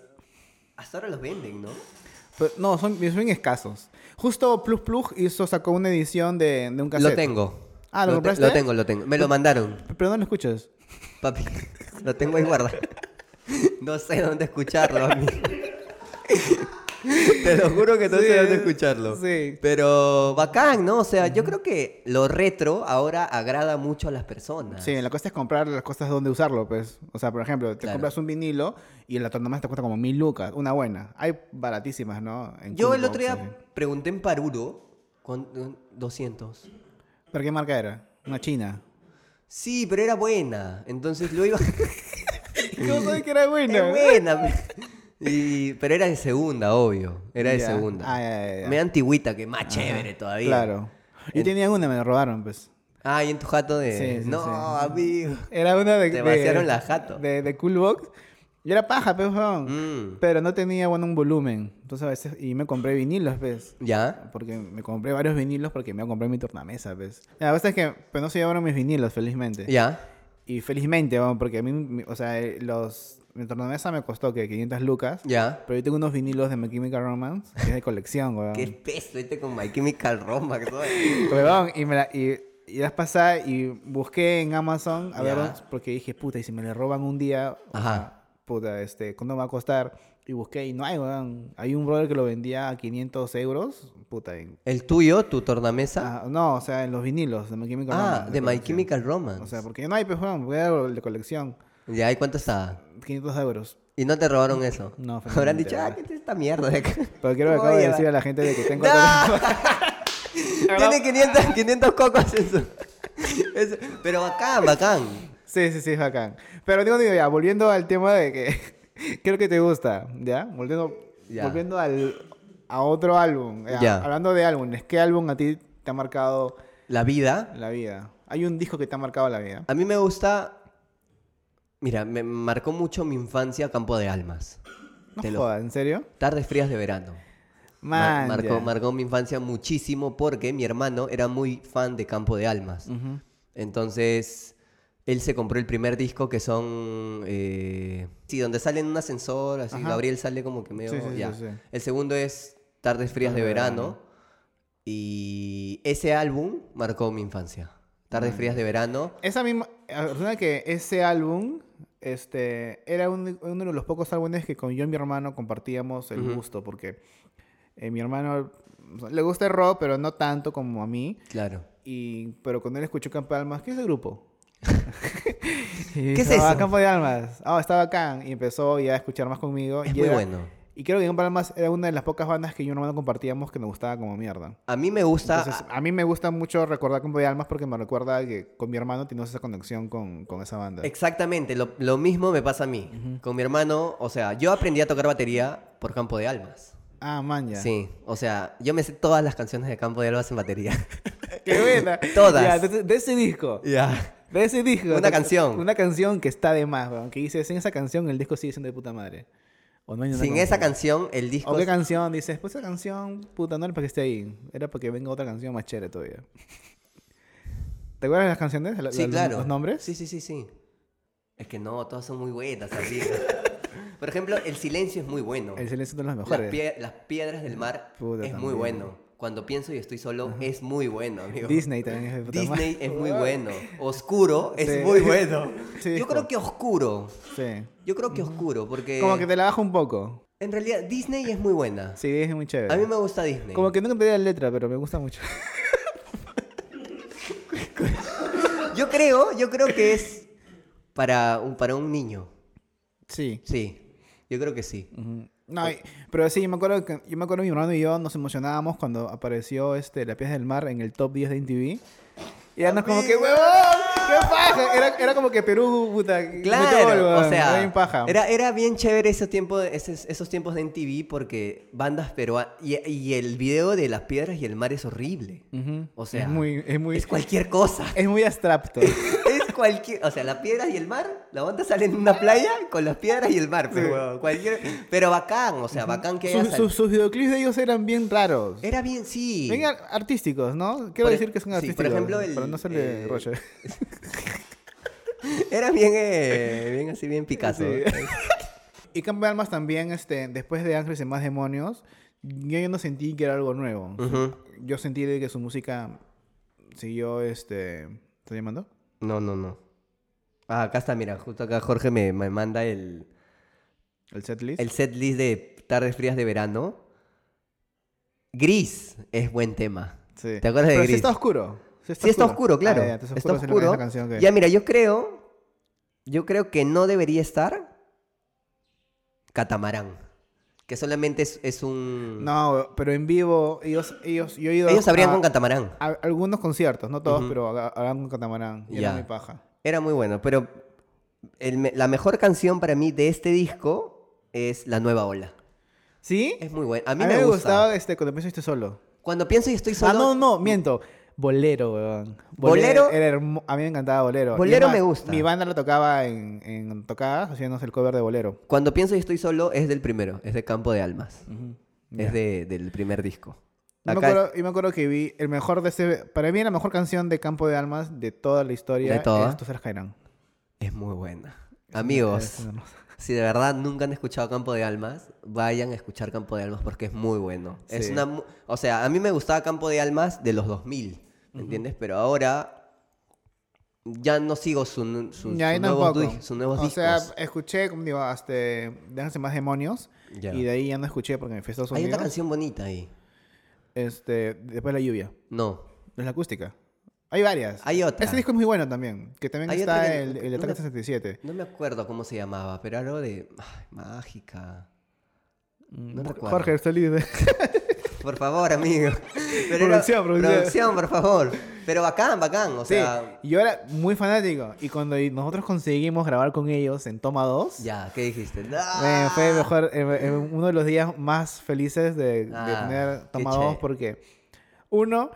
B: Hasta ahora los venden, ¿no?
A: Pero, no, son, son escasos. Justo Plus Plus hizo, sacó una edición de, de un cassette.
B: Lo tengo.
A: Ah, ¿lo
B: te-
A: compraste?
B: Lo tengo, lo tengo. Me lo mandaron,
A: Pero no lo escuchas.
B: papi. Lo tengo ahí guardado. No sé dónde escucharlo, a mí. Te lo juro que no
A: Sí,
B: sé dónde escucharlo.
A: sí.
B: Pero bacán, ¿no? O sea, yo creo que lo retro ahora agrada mucho a las personas.
A: Sí, la cosa es comprar las cosas donde usarlo, pues. O sea, por ejemplo, te
B: Claro.
A: compras un vinilo y la tornomás te cuesta como mil lucas. Una buena. Hay baratísimas, ¿no? En
B: Yo
A: Coolbox,
B: el otro
A: así.
B: día pregunté en Paruro con 200.
A: ¿Pero qué marca era? Una china.
B: Sí, pero era buena. Entonces lo iba.
A: ¿Cómo sabes que era
B: Era buena. Y- pero era de segunda, obvio. Era de
A: Ya.
B: segunda.
A: Ah, ya, ya, ya.
B: Me antigüita, que más chévere todavía.
A: Claro. Yo tenía una, me la robaron, pues.
B: Ah, y en tu jato de.
A: Sí, sí,
B: no,
A: sí.
B: amigo.
A: Era una de...
B: Te
A: de-
B: vaciaron la jato.
A: De, de Coolbox. Y era paja, pues, weón.
B: Mm,
A: Pero no tenía, bueno, un volumen. Entonces a veces... Y me compré vinilos, pues.
B: ¿Ya?
A: Porque me compré varios vinilos porque me compré mi tornamesa, pues. La cosa es que pues, no se llevaron mis vinilos, felizmente.
B: ¿Ya?
A: Y felizmente, vamos, porque a mí, mi- o sea, eh, los, mi tornamesa me costó que 500 lucas.
B: ¿Ya?
A: Pero yo tengo unos vinilos de My Chemical Romance, que es de colección, weón.
B: Qué espeso este con My Chemical Romance. ¿no?
A: Weón, y me la, y, y las pasé y busqué en Amazon, a ver,
B: Ya.
A: porque dije, puta, y si me le roban un día, o
B: Ajá.
A: sea, puta, este, ¿cuánto me va a costar? Y busqué y no hay, weón. Hay un brother que lo vendía a 500 euros, puta, en-
B: ¿El tuyo, tu tornamesa?
A: ah, no, o sea, en los vinilos de My Chemical
B: Ah,
A: Romance,
B: de My
A: colección.
B: Chemical Romance.
A: O sea, porque no hay, pues, weón, porque era de colección,
B: ¿Ya? ¿Y cuánto estaba?
A: 500 euros.
B: Y no te robaron eso.
A: No,
B: Habrán
A: felizmente,
B: dicho, ah,
A: no.
B: ¿qué es esta mierda de acá?
A: Pero quiero que
B: ¿Cómo
A: acabo de
B: lleva?
A: decir a la gente de que tengo
B: ¡No!
A: ¿Verdad?
B: Tiene 500, 500 cocos eso. Eso. Pero bacán, bacán.
A: Sí, sí, sí, es bacán. Pero digo, digo, ya, volviendo al tema de que creo que te gusta, ¿ya? Volviendo,
B: Ya.
A: volviendo al, a otro álbum. eh,
B: Ya.
A: Hablando de álbumes, ¿qué álbum a ti te ha marcado
B: La vida.
A: la vida? Hay un disco que te ha marcado la vida.
B: A mí me gusta. Mira, me marcó mucho mi infancia Campo de Almas.
A: No
B: Te lo-
A: jodas, ¿en serio?
B: Tardes frías de verano.
A: Man,
B: Mar-
A: ya.
B: marcó, marcó mi infancia muchísimo porque mi hermano era muy fan de Campo de Almas.
A: Ujú.
B: Entonces, él se compró el primer disco que son... eh, sí, donde sale en un ascensor, así
A: Ajá.
B: Gabriel sale como que medio...
A: Sí, sí, sí,
B: ya.
A: sí.
B: El segundo es Tardes Frías
A: Tarde
B: de
A: de
B: Verano.
A: verano.
B: Y ese álbum marcó mi infancia.
A: Mm.
B: Tardes Frías de Verano.
A: Esa misma... ah, Resulta que ese álbum este, era un- uno de los pocos álbumes que con yo y mi hermano compartíamos el
B: Ujú.
A: gusto, porque eh, mi hermano o sea, le gusta el rock, pero no tanto como a mí.
B: Claro.
A: Y, pero cuando él escuchó Campo de Almas, ¿qué es el grupo? ¿Qué
B: es eso?
A: Campo de Almas. Ah, está bacán. Y empezó ya a escuchar más conmigo.
B: Es
A: y
B: muy
A: era-
B: bueno.
A: Y creo que Campo de Almas era una de las pocas bandas que yo y un hermano compartíamos que nos gustaba como mierda.
B: A mí me gusta.
A: Entonces, a mí me gusta mucho recordar Campo de Almas porque me recuerda que con mi hermano tenemos esa conexión con, con esa banda.
B: Exactamente, lo, lo mismo me pasa a mí. Con mi hermano, o sea, yo aprendí a tocar batería por Campo de Almas.
A: ah, man, ya.
B: Sí, o sea, yo me sé todas las canciones de Campo de Almas en batería.
A: ¡Qué buena!
B: Todas.
A: Ya, de, de ese disco.
B: Ya.
A: De ese disco.
B: Una
A: Entonces,
B: canción.
A: Una canción que está de más, weón. Que dices, sin esa canción el disco sigue siendo de puta madre. O no hay una
B: Sin
A: como-
B: esa canción, el
A: ¿O
B: disco.
A: qué canción? Dices, pues esa canción, puta, no era para que esté ahí. Era para que venga otra canción más chévere todavía. ¿Te acuerdas de las canciones? La-
B: Sí,
A: la-
B: claro.
A: ¿Los nombres?
B: Sí, sí, sí, sí. Es que no, todas son muy buenas. así. por ejemplo, El Silencio es muy bueno.
A: El silencio de los
B: Las,
A: mejores.
B: pie- las Piedras del Mar
A: Puta,
B: es muy
A: también.
B: bueno. Cuando pienso y estoy solo, es muy bueno, amigo.
A: Disney también es de puta madre.
B: Disney es muy bueno. Oscuro es
A: Sí.
B: muy bueno.
A: Sí,
B: Yo
A: hijo.
B: creo que oscuro.
A: Sí.
B: Yo creo que oscuro, porque
A: Como que te la baja un poco.
B: en realidad Disney es muy buena.
A: Sí, es muy chévere.
B: A mí me gusta Disney.
A: Como que no entendía la letra, pero me gusta mucho.
B: Yo creo, yo creo que es para un, para un niño.
A: sí.
B: Sí, yo creo que sí.
A: Ujú. No, y- pero sí, yo me acuerdo que yo me acuerdo que mi hermano y yo nos emocionábamos cuando apareció este La Piedra del Mar en el top 10 de MTV. Y éramos como que,
B: Amigo.
A: huevón, qué paja. Era, era como que Perú, puta, metió gol,
B: Claro,
A: huevón,
B: o sea,
A: era bien paja.
B: Era, era bien chévere ese tiempo, esos, esos tiempos de MTV porque bandas peruanas... Y, y el video de las piedras y el mar es horrible.
A: Ujú.
B: O sea,
A: es muy, es muy,
B: es cualquier cosa.
A: es muy abstracto.
B: Es cualquier. O sea, las piedras y el mar. La banda sale en una playa con las piedras y el mar. Pero, cualquier, pero bacán, o sea, bacán que haya
A: Sus-
B: salido.
A: sus- sus videoclips de ellos eran bien raros.
B: Era bien, sí.
A: Bien ar- artísticos, ¿no? Quiero
B: Por e-
A: decir que son
B: sí, por
A: artísticos.
B: ejemplo, el-
A: Para no serle
B: eh,
A: Roger.
B: Era bien, eh, bien así, bien Picasso.
A: Sí. Y Campo de Almas también, este, después de Ángeles y Más Demonios, yo ya no sentí que era algo nuevo.
B: Ujú.
A: Yo sentí de que su música siguió, este... ¿Estás llamando?
B: No, no, no. Ah, acá está, mira, justo acá Jorge me, me manda el,
A: ¿El setlist?
B: el set list de Tardes Frías de Verano. Gris es buen tema.
A: Sí.
B: ¿Te acuerdas de
A: Pero sí
B: Gris?
A: está oscuro. Sí
B: Sí, está oscuro, claro.
A: Ah, ya, entonces
B: está
A: es la- es la
B: oscuro.
A: canción que-
B: Ya, mira, yo creo. Yo creo que no debería estar. Catamarán. Que solamente es, es un.
A: No, pero en vivo, ellos, ellos, yo he ido
B: Ellos abrían
A: a-
B: con Catamarán.
A: a- algunos conciertos, no todos,
B: Ujú.
A: pero aga- abrían con Catamarán. Y
B: Ya.
A: era mi paja.
B: Era muy bueno, pero. el me- la mejor canción para mí de este disco es La Nueva Ola.
A: ¿Sí?
B: Es muy buena. Eh, A
A: A
B: mí, me, gusta.
A: gustaba este, cuando pienso estoy solo.
B: Cuando pienso y estoy solo.
A: Ah, no, no, miento. Bolero, weón.
B: Bolero-
A: era hermo- A mí me encantaba Bolero. Y es
B: Bolero
A: más,
B: me gusta.
A: Mi banda la tocaba en, en tocadas, haciéndonos el cover de Bolero.
B: Cuando pienso y estoy solo es del primero, es de Campo de Almas.
A: Ya.
B: Es de- del primer disco.
A: Yo me,
B: Acá-
A: acuerdo, yo me acuerdo que vi el mejor de ese... Para mí la mejor canción de Campo de Almas de toda la historia
B: ¿De toda?
A: es Tus Eras Caerán.
B: Es muy buena. Amigos,
A: Es hermosa.
B: si de verdad nunca han escuchado Campo de Almas, vayan a escuchar Campo de Almas porque es muy bueno. Es
A: Sí.
B: una, mu- o sea, a mí me gustaba Campo de Almas de los 2000, ¿me entiendes? Pero ahora ya no sigo su, nu- sus-
A: Ya,
B: sus
A: yo
B: nuevos,
A: tampoco.
B: dis- sus nuevos
A: o
B: discos.
A: sea, escuché, como digo, hasta Déjense más demonios.
B: Ya.
A: Y de ahí ya no escuché porque me fui a Estados
B: Hay
A: Unidos.
B: otra canción bonita ahí.
A: Este, después de la lluvia.
B: No.
A: Es la acústica. Hay varias.
B: Hay otra.
A: Ese disco es muy bueno también. Que también
B: Hay
A: está
B: otra que-
A: el, el
B: no
A: Ataque
B: me-
A: 67.
B: No me acuerdo cómo se llamaba, pero algo de ay, mágica. No recuerdo.
A: Jorge, estoy libre.
B: Por favor, amigo. Pero
A: Producción, producción.
B: Producción, por favor. Pero bacán, bacán. O
A: Sí,
B: sea,
A: yo era muy fanático. Y cuando nosotros conseguimos grabar con ellos en Toma 2,
B: ya, ¿qué dijiste?
A: eh,
B: ¡Ah!
A: fue el mejor, eh, eh, uno de los días más felices de, de
B: Ah,
A: tener Toma
B: qué
A: 2
B: chévere.
A: porque, uno,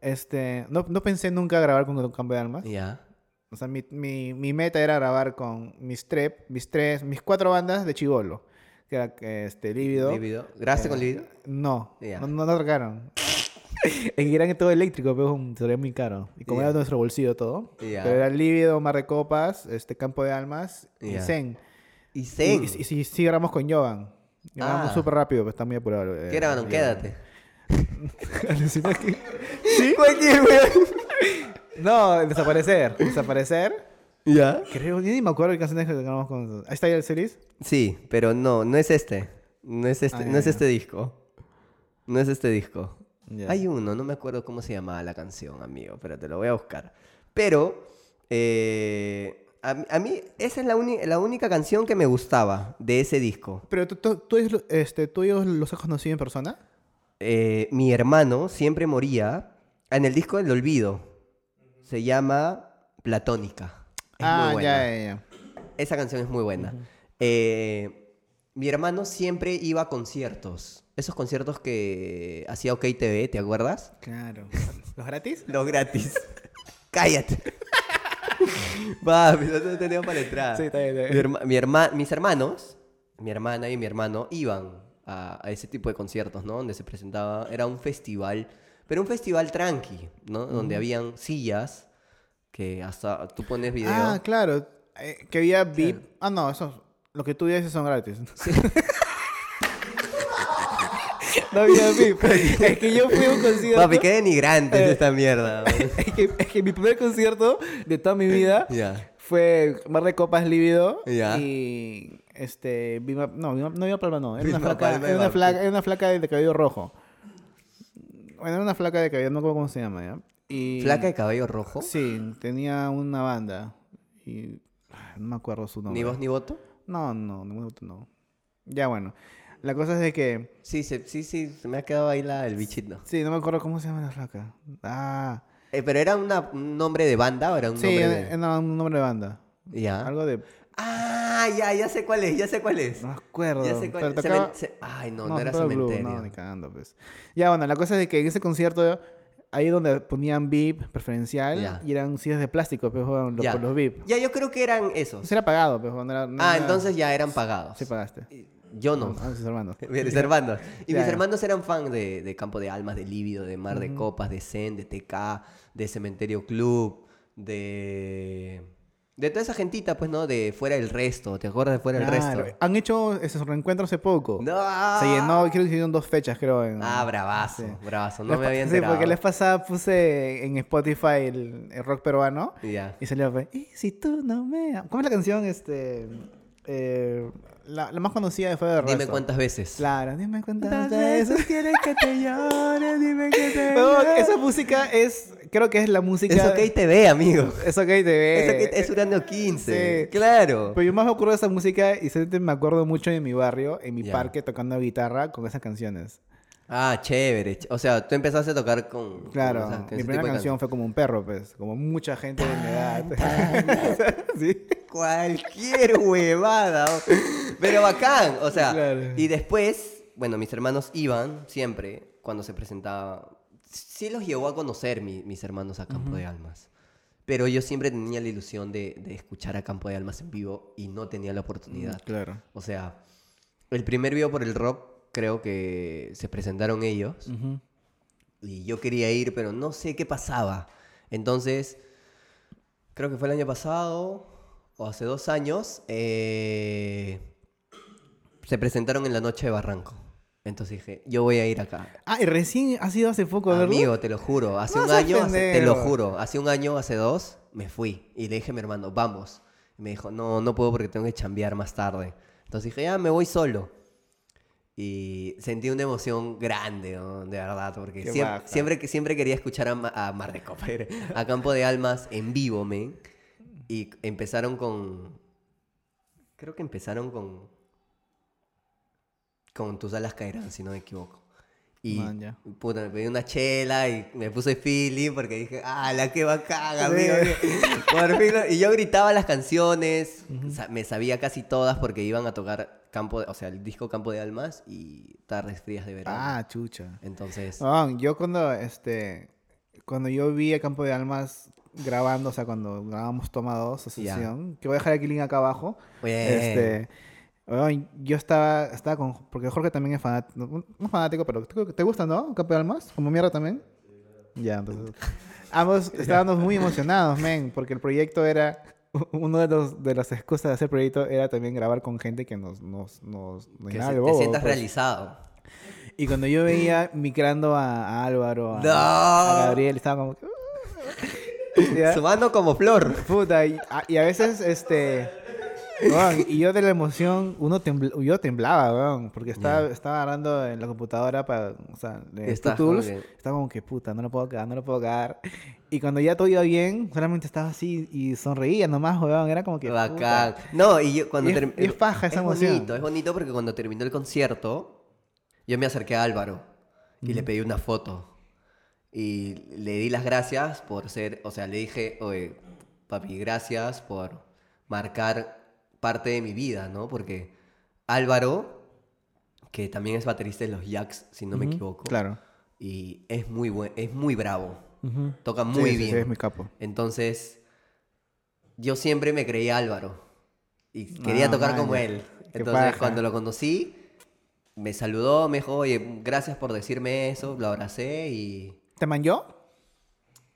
A: este, no, no pensé nunca grabar con Campo de Almas.
B: Ah. Ya.
A: O sea, mi, mi- mi meta era grabar con mis, tres, mis tres, mis cuatro bandas de chivolo. Que era eh, este, Lívido.
B: Lívido. ¿Grabaste
A: Eh,
B: con Lívido?
A: No,
B: Ya.
A: no, no, no tocaron. en Irán es todo eléctrico, pero es un- sería muy caro. Y como
B: Ya.
A: era nuestro bolsillo todo.
B: Ya.
A: Pero era Lívido, Mar de Copas, este, Campo de Almas y
B: Ya.
A: Zen.
B: Y Zen.
A: Y, y, y- y sí grabamos con Jovan. Grabamos
B: Mm. Ah.
A: súper rápido, pero está muy apurado. eh,
B: ¿Qué grabaron?
A: Jovan.
B: Quédate.
A: Alucina que-
B: ¿Sí? Cualquier weón.
A: No, desaparecer. Desaparecer.
B: ¿Ya?
A: Creo, yo ni me acuerdo qué canciones que grabamos con. Ahí está ya el series.
B: Sí, pero no, no es este. No es este,
A: Ah,
B: no
A: ya,
B: es
A: ya.
B: este disco. No es este disco.
A: Ya.
B: Hay uno, no me acuerdo cómo se llamaba la canción, amigo, pero te lo voy a buscar. Pero Eh, a, a mí, esa es la, uni- la única canción que me gustaba de ese disco.
A: Pero tú, tú, tú ellos lo- este, tú ellos los has conocido en persona.
B: Eh, mi hermano siempre moría en el disco del olvido. Se llama Platónica. Es
A: ah,
B: muy buena.
A: ya, ya, ya.
B: Esa canción es muy buena. Eh, mi hermano siempre iba a conciertos. Esos conciertos que hacía OK TV, ¿te acuerdas?
A: Claro. ¿Los gratis?
B: Los gratis. Cállate. Va, no tenemos para entrar.
A: Sí, está bien, está bien.
B: Mi herma- mi herma- mis hermanos, mi hermana y mi hermano iban a, a ese tipo de conciertos, ¿no? Donde se presentaba, era un festival, pero un festival tranqui, ¿no? Donde habían sillas que hasta tú pones video.
A: Ah, claro. Eh, que había VIP. Ah, no, esos. Lo que tú dices son gratis. no había VIP. es que yo fui a un concierto.
B: Papi, qué denigrante es
A: Eh.
B: esta mierda.
A: es, que, es que mi primer concierto de toda mi vida
B: Ya.
A: fue Mar de Copas Lívido.
B: Ya.
A: Y. Este. Vilma- no, Vilma- no Vilma Palma, no. Era una,
B: Vilma
A: flaca,
B: Palma y
A: era, una
B: Martín.
A: flaca, era una flaca de cabello rojo. Bueno, era una flaca de cabello, no recuerdo cómo se llama, ¿ya? Y...
B: Flaca de cabello rojo.
A: Sí, tenía una banda. Y. ah, No me acuerdo su nombre.
B: Ni voz ni voto.
A: No, no, no, no. Ya bueno. La cosa es de que.
B: Sí, se- sí, sí, se me ha quedado ahí la, el bichito.
A: Sí, no me acuerdo cómo se llama la flaca. Ah.
B: Eh, pero era una- un nombre de banda o era un
A: Sí,
B: nombre
A: era,
B: de...
A: era un nombre de banda.
B: Ya.
A: Algo de.
B: Ah, ya, ya sé cuál es, ya sé cuál es.
A: No me acuerdo.
B: Ya sé cuál
A: pero
B: es.
A: tocaba-
B: Cemen- ce- Ay, no, no,
A: No,
B: era
A: Central Blue,
B: cementerio.
A: no, ni cagando, pues. Ya bueno, la cosa es de que en ese concierto. Ahí donde ponían VIP preferencial.
B: Ya.
A: Y eran sillas de plástico, pues, weón, los,
B: ya.
A: por los VIP.
B: ya, yo creo que eran esos.
A: Eso era pagado, pues, weón, no era- no
B: ah,
A: era-
B: entonces ya eran pagados.
A: Sí pagaste.
B: Yo no.
A: Ah, sus hermanos.
B: Mis hermanos. Y
A: Ya,
B: mis
A: ya.
B: hermanos eran fan de, de Campo de Almas, de Líbido, de Mar de Copas, de Zen, de TK, de Cementerio Club, de. De toda esa gentita, pues, ¿no? De Fuera del Resto. ¿Te acuerdas de Fuera del
A: Claro,
B: Resto?
A: Han hecho esos reencuentros hace poco.
B: ¡No!
A: Se llenó, creo que se hicieron dos fechas, creo. En...
B: Ah, bravazo,
A: Sí.
B: bravazo. No
A: Las
B: me
A: pa-
B: había
A: Sí,
B: enterado.
A: porque les pasada puse en Spotify el, el rock peruano
B: Ya.
A: y salió fue, "Y si tú no me... am-". ¿Cómo es la canción? Este... eh, la, la más conocida de Fuego de
B: Dime
A: Resto.
B: cuántas veces.
A: Claro, dime cuántas
B: ¿Cuántas
A: veces
B: veces quieres que te llore? Dime que te
A: Huevón,
B: llore.
A: Esa música es... Creo que es la música...
B: Es OK TV, amigo.
A: Es OK TV.
B: Es, OK es Urano 15.
A: Eh, sí. Pues-
B: Claro.
A: Pero yo más me acuerdo de esa música y siempre me acuerdo mucho de mi barrio, en mi
B: Ya.
A: parque, tocando guitarra con esas canciones.
B: Ah, chévere. ch- O sea, tú empezaste a tocar con. con
A: Claro,
B: esas- con
A: mi
B: ese
A: primera
B: tipo de
A: canción fue como un perro, pues, como mucha gente de mi edad. sí.
B: can- Cualquier huevada. o- Pero bacán. O sea,
A: Claro.
B: y después, bueno, mis hermanos iban siempre cuando se presentaba. Sí los llevó a conocer mi- mis hermanos a Campo de Almas. Pero yo siempre tenía la ilusión de, de escuchar a Campo de Almas en vivo y no tenía la oportunidad.
A: Claro.
B: O sea, el primer video por el rock creo que se presentaron ellos y yo quería ir, pero no sé qué pasaba. Entonces, creo que fue el año pasado o hace dos años, eh, se presentaron en la noche de Barranco. Entonces dije, yo voy a ir acá.
A: Ah, y recién ha sido hace poco, ¿verdad?
B: Amigo, te lo juro, hace
A: No
B: un
A: seas
B: año, hace- te lo
A: pendejo.
B: juro, hace un año, hace dos, me fui y le dije a mi hermano, vamos. Y me dijo, no, no puedo porque tengo que chambear más tarde. Entonces dije, ya me voy solo. Y sentí una emoción grande, ¿no? de verdad, porque
A: Qué
B: siem-
A: baja.
B: siempre, que siempre quería escuchar a, Ma- a Mar de Copa, era- a Campo de Almas en vivo, men. Y empezaron con. Creo que empezaron con. Con Tus alas caerán, si no me equivoco. Y
A: Man, ya.
B: puta, me pedí una chela y me puse feeling porque dije, ¡ah, la que bacán, amigo! Por fin lo- Y yo gritaba las canciones, sa- me sabía casi todas porque iban a tocar campo, de- o sea, el disco Campo de Almas y Tardes Frías de Verano.
A: Ah, chucha.
B: Entonces,
A: Ah, yo cuando, este, cuando yo vi a Campo de Almas grabando, o sea, cuando grabamos Toma 2,
B: Ya.
A: Asociación, que voy a dejar aquí el link acá abajo,
B: Bien.
A: este... weón, yo estaba, estaba con... Porque Jorge también es fanático. No, no fanático, pero ¿te- ¿te gusta, no? Campo de Almas. Como mierda también. Ya, entonces. Ambos estábamos muy emocionados, men, porque el proyecto era. Uno de, los, de las excusas de ese proyecto era también grabar con gente que nos. nos, nos nos
B: que
A: llenaba
B: se-
A: de
B: te
A: bobo,
B: sientas
A: pues.
B: realizado.
A: Y cuando yo veía micrando a, a Álvaro, a,
B: ¡No!
A: a Gabriel, estaba como. que- Ya.
B: Sumando como flor.
A: Puta, y a, y a veces, este. Weón, y yo de la emoción, uno tembl- yo temblaba, weón, porque estaba, estaba agarrando en la computadora para, o sea, de
B: Estás
A: Pro
B: como
A: Tools,
B: que-
A: estaba como que puta, no lo puedo cagar, no lo puedo cagar. Y cuando ya todo iba bien, solamente estaba así y sonreía nomás, weón, era como que puta.
B: Bacán. No, y yo cuando
A: Y es-
B: term-
A: y es paja esa
B: es
A: emoción.
B: bonito, es bonito porque cuando terminó el concierto, yo me acerqué a Álvaro y le pedí una foto. Y le di las gracias por ser, o sea, le dije, oye, papi, gracias por marcar parte de mi vida, ¿no? Porque Álvaro, que también es baterista de los Jacks, si no me
A: Ujú,
B: equivoco,
A: Claro.
B: y es muy buen, es muy bravo,
A: Ujú.
B: toca
A: Sí, sí,
B: muy
A: sí,
B: bien.
A: es mi capo.
B: Entonces, yo siempre me creía Álvaro y quería
A: Ah,
B: tocar como
A: maña.
B: él.
A: Qué
B: Entonces,
A: paja.
B: cuando lo conocí, me saludó, me dijo, oye, gracias por decirme eso, lo abracé y...
A: ¿Te manjó?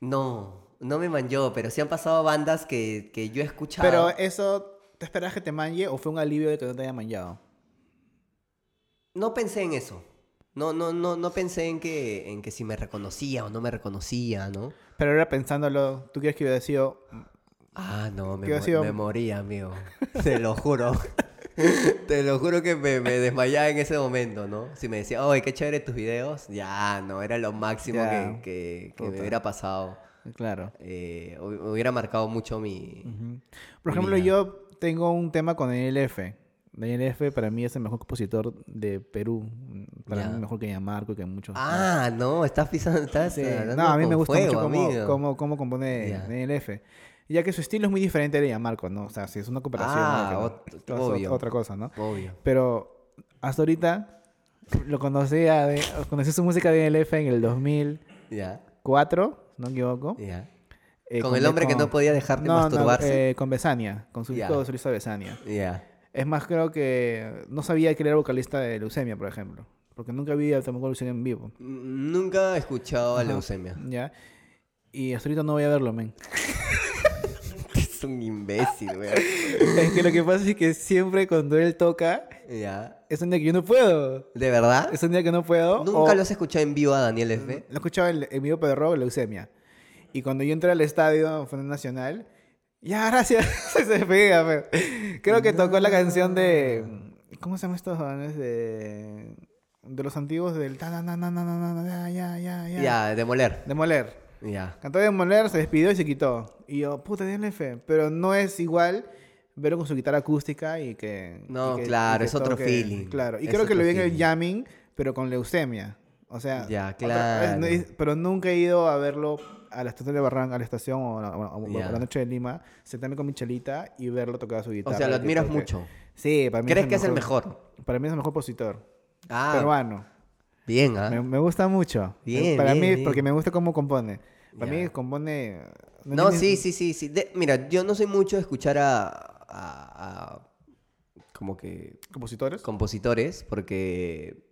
B: No, no me manchó, pero sí han pasado bandas que, que yo he escuchado.
A: Pero eh, eso, ¿te esperabas que te manje o fue un alivio de que no te haya manjado?
B: No pensé en eso. No, no, no, no pensé en que, en que si me reconocía o no me reconocía, ¿no?
A: Pero ahora pensándolo, ¿tú crees que hubiera sido
B: Ah, no, me,
A: ¿Qué ha
B: mo-
A: sido?
B: me moría, amigo. Te lo juro. Te lo juro que me, me desmayaba en ese momento, ¿no? Si me decía, oye, qué chévere tus videos, ya, no, era lo máximo
A: Ya,
B: que, que- que me
A: puta.
B: hubiera pasado.
A: Claro.
B: Eh, hu- hubiera marcado mucho mi...
A: Ujú. Por ejemplo,
B: Mira.
A: yo tengo un tema con Daniel F. Daniel F. para mí es el mejor compositor de Perú. Para
B: Ya.
A: mí mejor que Yamarco y que muchos.
B: Ah, no, estás pisando, estás
A: Sí.
B: hablando
A: No, a mí
B: con
A: me gusta
B: fuego,
A: mucho cómo,
B: amigo.
A: cómo- cómo compone
B: Ya.
A: Daniel F. Ya que su estilo es muy diferente al de Yamarco, ¿no? O sea, si es una comparación.
B: Ah,
A: ¿no?
B: ot-
A: Que no- es ot-
B: obvio.
A: otra cosa, ¿no?
B: Obvio.
A: Pero hasta ahorita lo conocí, a de- conocí su música de Daniel F en el 2004,
B: Ya,
A: si no me equivoco.
B: ya,
A: Eh,
B: Con el hombre que no podía dejar de masturbarse.
A: eh, con Besania, con su
B: Ya.
A: disco solista Besania.
B: ya.
A: Es más, creo que no sabía que él era vocalista de Leucemia, por ejemplo. Porque nunca vi a tampoco Leucemia en vivo.
B: N- Nunca he escuchado a
A: Ajá.
B: Leucemia.
A: ¿Ya? Y hasta ahorita no voy a verlo, men.
B: Es un imbécil, weón.
A: es que lo que pasa es que siempre cuando él toca,
B: Ya.
A: es un día que yo no puedo.
B: ¿De verdad?
A: Es un día que no puedo.
B: Nunca
A: o-
B: lo has escuchado en vivo a Daniel F.
A: Lo escuchaba en en vivo, pero de Leucemia. Y cuando yo entré al estadio, fue en el Nacional. Ya, gracias. se despedía, fe. Creo que tocó la canción de. ¿Cómo se llaman estos jóvenes? De. De los antiguos del. ta, na, na, na, na, na, na, na, Ya, Mm, ya, ya.
B: Ya, de Moler.
A: De Moler.
B: Ya.
A: Cantó de Moler, se despidió y se quitó. Y yo, puta, DNF. Pero no es igual verlo con su guitarra acústica y que.
B: No,
A: y que-
B: claro,
A: y que
B: es otro feeling.
A: Claro. Y
B: Es
A: creo que lo vi
B: otro
A: en el
B: feeling.
A: jamming, pero con leucemia. O sea.
B: Ya,
A: otra-
B: claro.
A: es- pero nunca he ido a verlo a la estación de Barranca, a la estación o a, la- o a-
B: Ya.
A: a la noche de Lima, sentarme con mi chelita y verlo tocar su
B: O
A: guitarra.
B: sea, lo
A: y que
B: admiras
A: toque.
B: mucho.
A: Sí, para mí.
B: ¿Crees que es el mejor?
A: Para mí es el mejor compositor
B: Ah,
A: peruano.
B: bien, ¿ah?
A: Me, me gusta mucho. Me-
B: Bien,
A: Para
B: bien,
A: mí,
B: bien.
A: porque me gusta cómo compone. Para
B: Ya.
A: mí compone...
B: No,
A: tiene-
B: sí, sí, sí, sí. De- mira, yo no soy mucho de escuchar a, a- a- como que
A: ¿Compositores?
B: compositores porque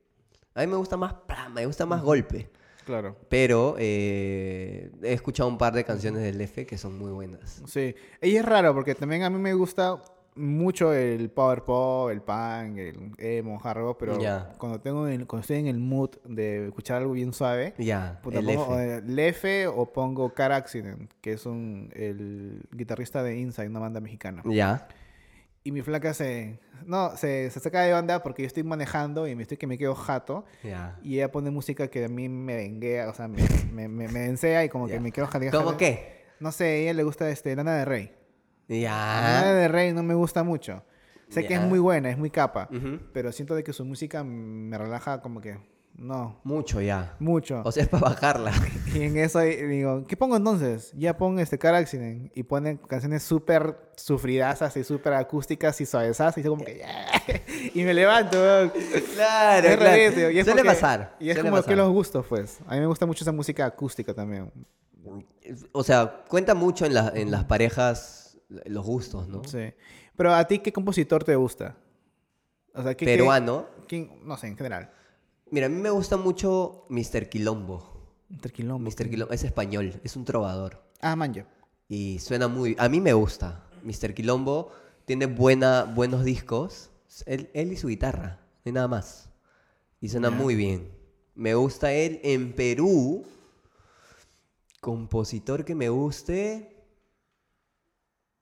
B: a mí me gusta más plan, me gusta más golpe.
A: Claro.
B: Pero eh, he escuchado un par de canciones del F que son muy buenas.
A: Sí. Ella es raro porque también a mí me gusta mucho el power pop, el punk, el emo, hard rock, pero
B: Ya.
A: cuando tengo el- cuando estoy en el mood de escuchar algo bien suave,
B: Ya,
A: puta,
B: el
A: pongo
B: F.
A: o el F o pongo Car Accident, que es un el guitarrista de Inside, una banda mexicana.
B: Ya.
A: Y mi flaca se no, se, se saca de onda porque yo estoy manejando y me estoy que me quedo jato.
B: Ya.
A: Y ella pone música que a mí me venguea, o sea, me, me, me, me ensea y como
B: Ya.
A: que me quedo jate-
B: ¿Cómo
A: jate-
B: qué?
A: No sé, a ella le gusta este, Lana de Rey. Lana
B: Ya.
A: de Rey no me gusta mucho. Sé que es
B: Ya.
A: muy buena, es muy capa,
B: Ujú.
A: pero siento de que su música me relaja como que no,
B: Mucho ya.
A: mucho.
B: O sea, es para bajarla.
A: y en eso ahí digo, ¿qué pongo entonces? Ya pongo este Car Accident y ponen canciones súper sufridazas y súper acústicas y suavezas y yo como que "Yeah". y me levanto. weón.
B: claro,
A: Es
B: claro.
A: rarete, y es
B: Suele
A: porque-
B: pasar.
A: Y es
B: suele
A: como que
B: pasar.
A: los gustos, pues. A mí me gusta mucho esa música acústica también.
B: O sea, cuenta mucho en, la- en las parejas los gustos, ¿no?
A: Sí. Pero a ti, ¿qué compositor te gusta? O sea, ¿qué, qué-
B: Peruano.
A: quién- no sé, en general.
B: Mira, a mí me gusta mucho Mr. Quilombo.
A: Mr. Quilombo.
B: Mr. Quilombo es español, es un trovador.
A: Ah, Manjo.
B: Y suena muy... A mí me gusta. Mr. Quilombo tiene buena, buenos discos. Él, él y su guitarra. No hay nada más. Y suena muy bien. Me gusta él en Perú. Compositor que me guste.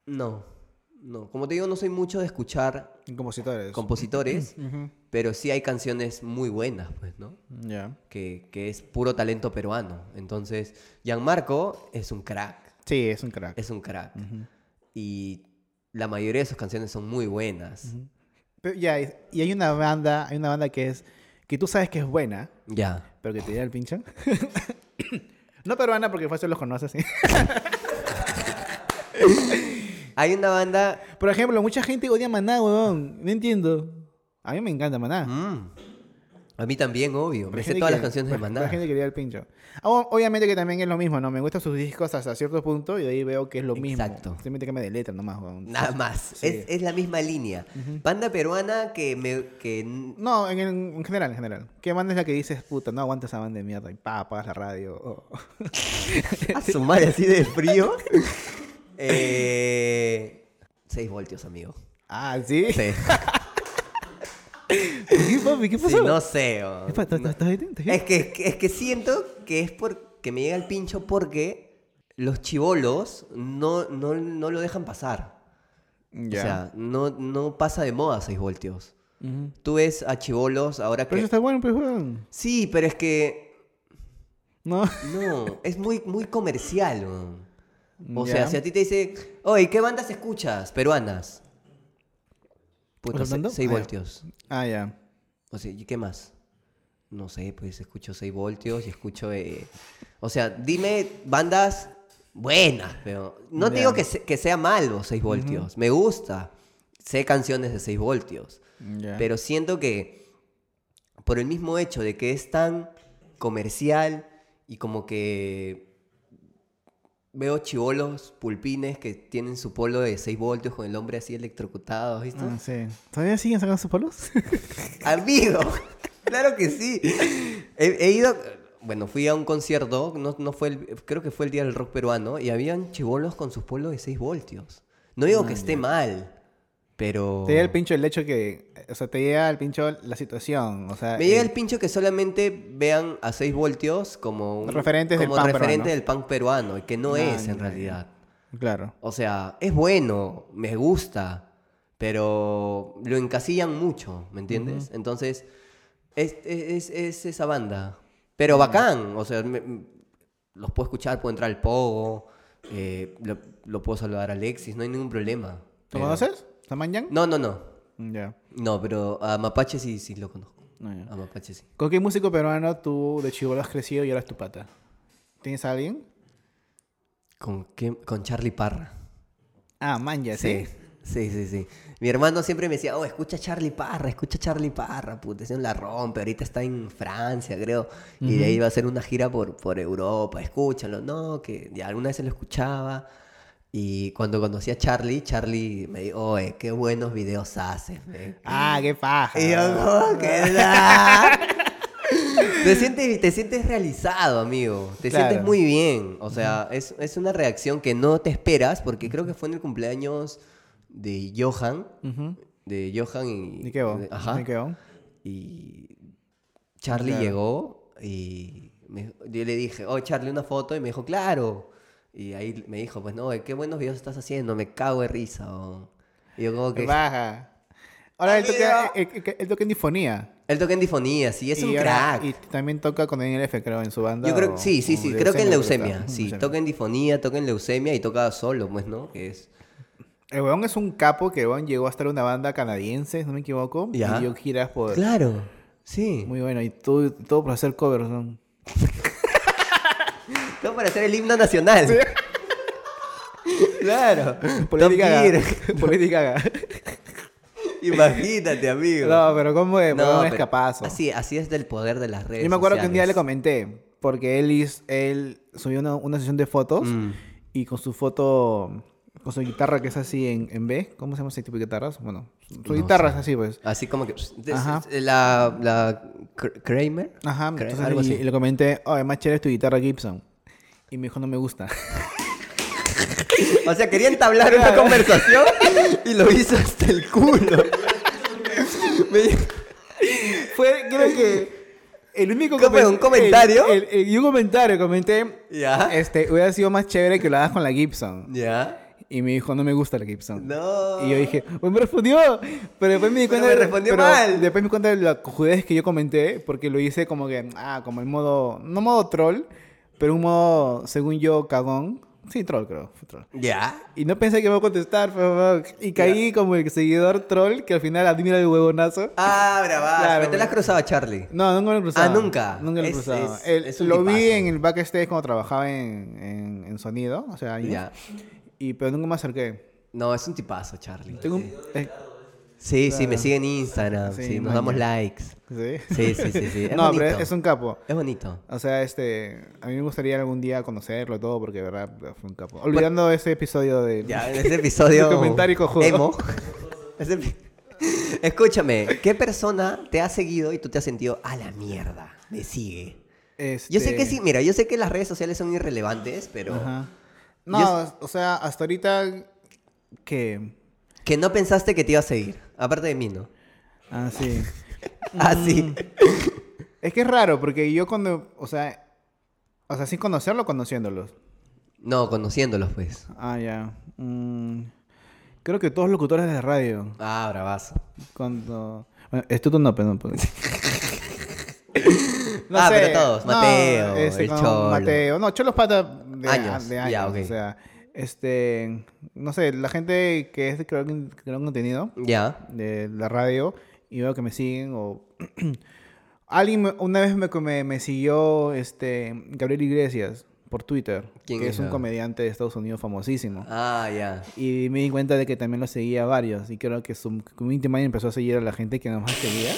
B: No. No, como te digo, no soy mucho de escuchar
A: Compositores.
B: compositores,
A: Ujú.
B: pero sí hay canciones muy buenas, pues, ¿no?
A: Ya.
B: Que, que es puro talento peruano. Entonces, Gianmarco es un crack,
A: Sí, es un crack.
B: es un crack. Y la mayoría de sus canciones son muy buenas.
A: Pero ya, es- y hay una banda, hay una banda que es, que tú sabes que es buena,
B: Ya.
A: pero que te da el pincho. no peruana porque fácil los conoces, sí.
B: Hay una banda...
A: Por ejemplo, mucha gente odia Maná, huevón. No entiendo. A mí me encanta Maná.
B: Mm. a mí también, obvio.
A: Pero
B: Me
A: hay
B: sé
A: gente
B: todas
A: que-
B: las canciones de
A: pero- pero hay
B: Maná.
A: gente que le da el pincho. Ah, o- Obviamente que también es lo mismo, ¿no? Me gustan sus discos hasta cierto punto y de ahí veo que es lo mismo.
B: Exacto.
A: Simplemente cambia de letra nomás, huevón.
B: Nada más.
A: Sí.
B: Es, es la misma línea. Banda peruana que me... Que... n-
A: No, en, en- en general, en general. ¿Qué banda es la que dices, puta, no aguanto esa banda de mierda? Y pa, apagas la radio. oh.
B: A su madre, así de frío. eh... 6 voltios, amigo.
A: Ah, ¿sí?
B: Sí.
A: ¿Qué, papi? ¿Qué pasó?
B: Sí, no sé. o-
A: Epa, ¿estás-
B: no-
A: estás bien? ¿Estás bien?
B: Es que, es que- es que siento que es porque me llega el pincho porque los chivolos no, no, no lo dejan pasar. O sea, no, no pasa de moda 6 voltios.
A: Ujú.
B: Tú ves a chivolos ahora
A: Pero eso
B: que...
A: está bueno, pues, huevón.
B: Sí, pero es que...
A: No.
B: No, es muy, muy comercial. weón. O
A: Ya.
B: sea, si a ti te dicen, oye, ¿qué bandas escuchas? Peruanas. Puta,
A: ¿Estás hablando?
B: 6
A: Ah, ya.
B: voltios.
A: Ah, ya.
B: O sea, ¿y qué más? No sé, pues escucho 6 voltios y escucho... eh, O sea, dime bandas buenas, pero... No te
A: Ya.
B: digo que, se- que sea malo 6 voltios, me gusta. Sé canciones de 6 voltios,
A: Ya.
B: pero siento que por el mismo hecho de que es tan comercial y como que veo chivolos, pulpines que tienen su polo de 6 voltios con el hombre así electrocutado, ¿viste?
A: Ah, sí. ¿Todavía siguen sacando sus polos? Ah.
B: Amigo, claro que sí. He, he ido, bueno, fui a un concierto, no, no fue el- creo que fue el día del rock peruano, y habían chivolos con sus polos de 6 voltios. No digo que esté mal, pero...
A: Te llega Ah, el pincho el hecho que. O sea, te llega el pincho la situación. O sea,
B: Me llega
A: eh,
B: el pincho que solamente vean a 6 voltios como un-
A: Referentes del
B: como
A: punk peruano.
B: referente del punk peruano, y que no
A: Ah,
B: es en
A: ya, ya.
B: realidad.
A: Claro.
B: O sea, es bueno, me gusta, pero lo encasillan mucho, ¿me entiendes? Entonces, es, es- es- es esa banda. Pero bacán, o sea, me- m- los puedo escuchar, puedo entrar al pogo, eh, lo, lo puedo saludar a Alexis, no hay ningún problema.
A: ¿Lo
B: Pero-
A: conoces? ¿Saman Yang?
B: Eh, No, Mm, no, no.
A: Ya.
B: No, pero a Mapache sí, sí lo conozco.
A: Ah, ya.
B: A Mapache sí.
A: ¿Con qué músico peruano tú de chivolo has crecido y ahora es tu pata? ¿Tienes a alguien?
B: ¿Con, qué? Con Charlie Parra.
A: Ah, Manja, sí.
B: Sí, sí, sí. Mi hermano siempre me decía, oh, escucha a Charlie Parra, escucha a Charlie Parra, puta, ese la rompe, ahorita está en Francia, creo. Y de ahí va a hacer una gira por, por Europa, escúchalo. No, que ya alguna vez se lo escuchaba. Y cuando conocí a Charlie, Charlie me dijo, oye, qué buenos videos haces, men".
A: Ah, qué paja.
B: Y yo, no, que da. Ah. Te sientes, te sientes realizado, amigo. Te
A: Claro.
B: sientes muy bien. O sea, es, es una reacción que no te esperas porque creo que fue en el cumpleaños de Johan.
A: Ujú.
B: De Johan y...
A: Nikeo.
B: Ajá.
A: Nikeo.
B: Y Charlie
A: Claro.
B: llegó y me- yo le dije, oh, Charlie, una foto. Y me dijo, claro. Y ahí me dijo, pues no, qué buenos videos estás haciendo. Me cago de risa. weón". Y yo como
A: Qué
B: que...
A: paja. Ahora él toca,
B: Amigo.
A: él, él- él toca en difonía.
B: Él toca en difonía, sí, es un
A: y ahora-
B: crack.
A: Y también toca con NLF, creo, en su banda.
B: Yo creo
A: o-
B: que sí, sí,
A: o
B: sí, creo que en
A: creo
B: leucemia.
A: que está.
B: Sí,
A: Leucemia.
B: toca en difonía, toca en leucemia y toca solo, pues, ¿no? Que es.
A: El weón es un capo que el weón llegó a estar en una banda canadiense, si no me equivoco.
B: Ya.
A: Y dio giras por.
B: Claro, sí.
A: Pues. Muy bueno, y todo, todo por hacer covers, ¿no?
B: Todo para hacer el himno nacional. claro. Top
A: Política gaga.
B: Gear.
A: Política gaga.
B: Imagínate, amigo.
A: No, pero ¿cómo es?
B: No,
A: No, es
B: pero
A: capaz. ¿no?
B: Así, así es del poder de las redes.
A: Yo me acuerdo que un día le
B: sociales.
A: comenté, porque él, hiz- él subió una, una sesión de fotos
B: Mm.
A: y con su foto, con su guitarra que es así en, en B, ¿cómo se llama ese tipo de guitarras? Bueno, su su
B: No
A: guitarra
B: sé.
A: es así, pues.
B: Así como que. pss, des-
A: Ajá.
B: La. la Kr- Kramer.
A: Ajá,
B: Kra-
A: entonces
B: algo
A: y,
B: así.
A: y le comenté, oh, es más chévere es tu guitarra Gibson. Y me dijo, no me gusta.
B: O sea, quería entablar una conversación y lo hizo hasta el culo. Me-
A: Fue, creo que... El único
B: ¿Cómo es?
A: comen-
B: ¿Un comentario? ¿Ah?
A: el- el- y un comentario, comenté,
B: Ya.
A: este, hubiera sido más chévere que lo hagas con la Gibson.
B: Ya.
A: Y me dijo, no me gusta la Gibson.
B: No.
A: Y yo dije, pues me respondió. Pero después me di
B: Pero
A: cuenta.
B: me
A: de-
B: respondió mal.
A: Después me di cuenta de la cojudez que yo comenté, porque lo hice como que, ah, como el modo, no modo troll, pero un modo, según yo, cagón. Sí, troll creo, fue troll.
B: ¿Ya?
A: Y no pensé que me iba a contestar, pero- y caí como el seguidor troll que al final admira el huevonazo.
B: Ah, bravazo.
A: Claro,
B: Pero te
A: güey.
B: la has cruzado a Charlie.
A: No, nunca lo he cruzado.
B: Ah, nunca.
A: Nunca lo he
B: Es-
A: cruzado.
B: es-
A: El-
B: es un
A: lo vi
B: tipazo.
A: en el backstage cuando trabajaba en, en, en sonido, o sea, años.
B: Ya.
A: Y, pero nunca me acerqué.
B: No, es un tipazo, Charlie.
A: Tengo un- eh,
B: Sí, sí, me siguen en Instagram. Sí,
A: Sí,
B: nos
A: maña.
B: damos likes.
A: ¿sí?
B: Sí, sí, sí, sí. Es
A: no,
B: bonito.
A: pero es un capo.
B: Es bonito.
A: O sea, este, a mí me gustaría algún día conocerlo y todo, porque de verdad fue un capo. Olvidando ese episodio de...
B: Ya, en ese episodio.
A: El comentario cojudo.
B: Emo. Ese epi- Escúchame, ¿qué persona te ha seguido y tú te has sentido a la mierda? Me sigue. Yo sé que
A: este,
B: sí, mira, yo sé que las redes sociales son irrelevantes, pero
A: ajá.
B: Yo
A: No,
B: s-
A: o sea, hasta ahorita que...
B: que no pensaste que te iba a seguir. Aparte de mí, ¿no?
A: Ah, sí. Mm.
B: Ah, sí.
A: es que es raro, porque yo cuando, o sea, o sea, sin conocerlo, conociéndolos.
B: No, conociéndolos, pues.
A: Ah, ya. Mm, creo que todos los locutores de radio,
B: Ah, bravazo.
A: cuando... Bueno, estuto no, perdón. perdón. No
B: ah,
A: sé,
B: pero todos.
A: no,
B: Mateo,
A: este,
B: el
A: no,
B: Cholo.
A: Mateo, no, Cholo es pata de
B: Años,
A: años. De
B: ya,
A: años
B: ok.
A: O sea, este, no sé, la gente que es de creador de creador de contenido
B: Ya.
A: de la radio y veo que me siguen o... Alguien me- una vez me, me, me siguió este, Gabriel Iglesias por Twitter,
B: ¿Quién
A: que
B: es
A: es un
B: esa?
A: comediante de Estados Unidos famosísimo.
B: Ah, ya.
A: Y me di cuenta de que también lo seguía a varios. Y creo que su community manager empezó a seguir a la gente que nomás seguía.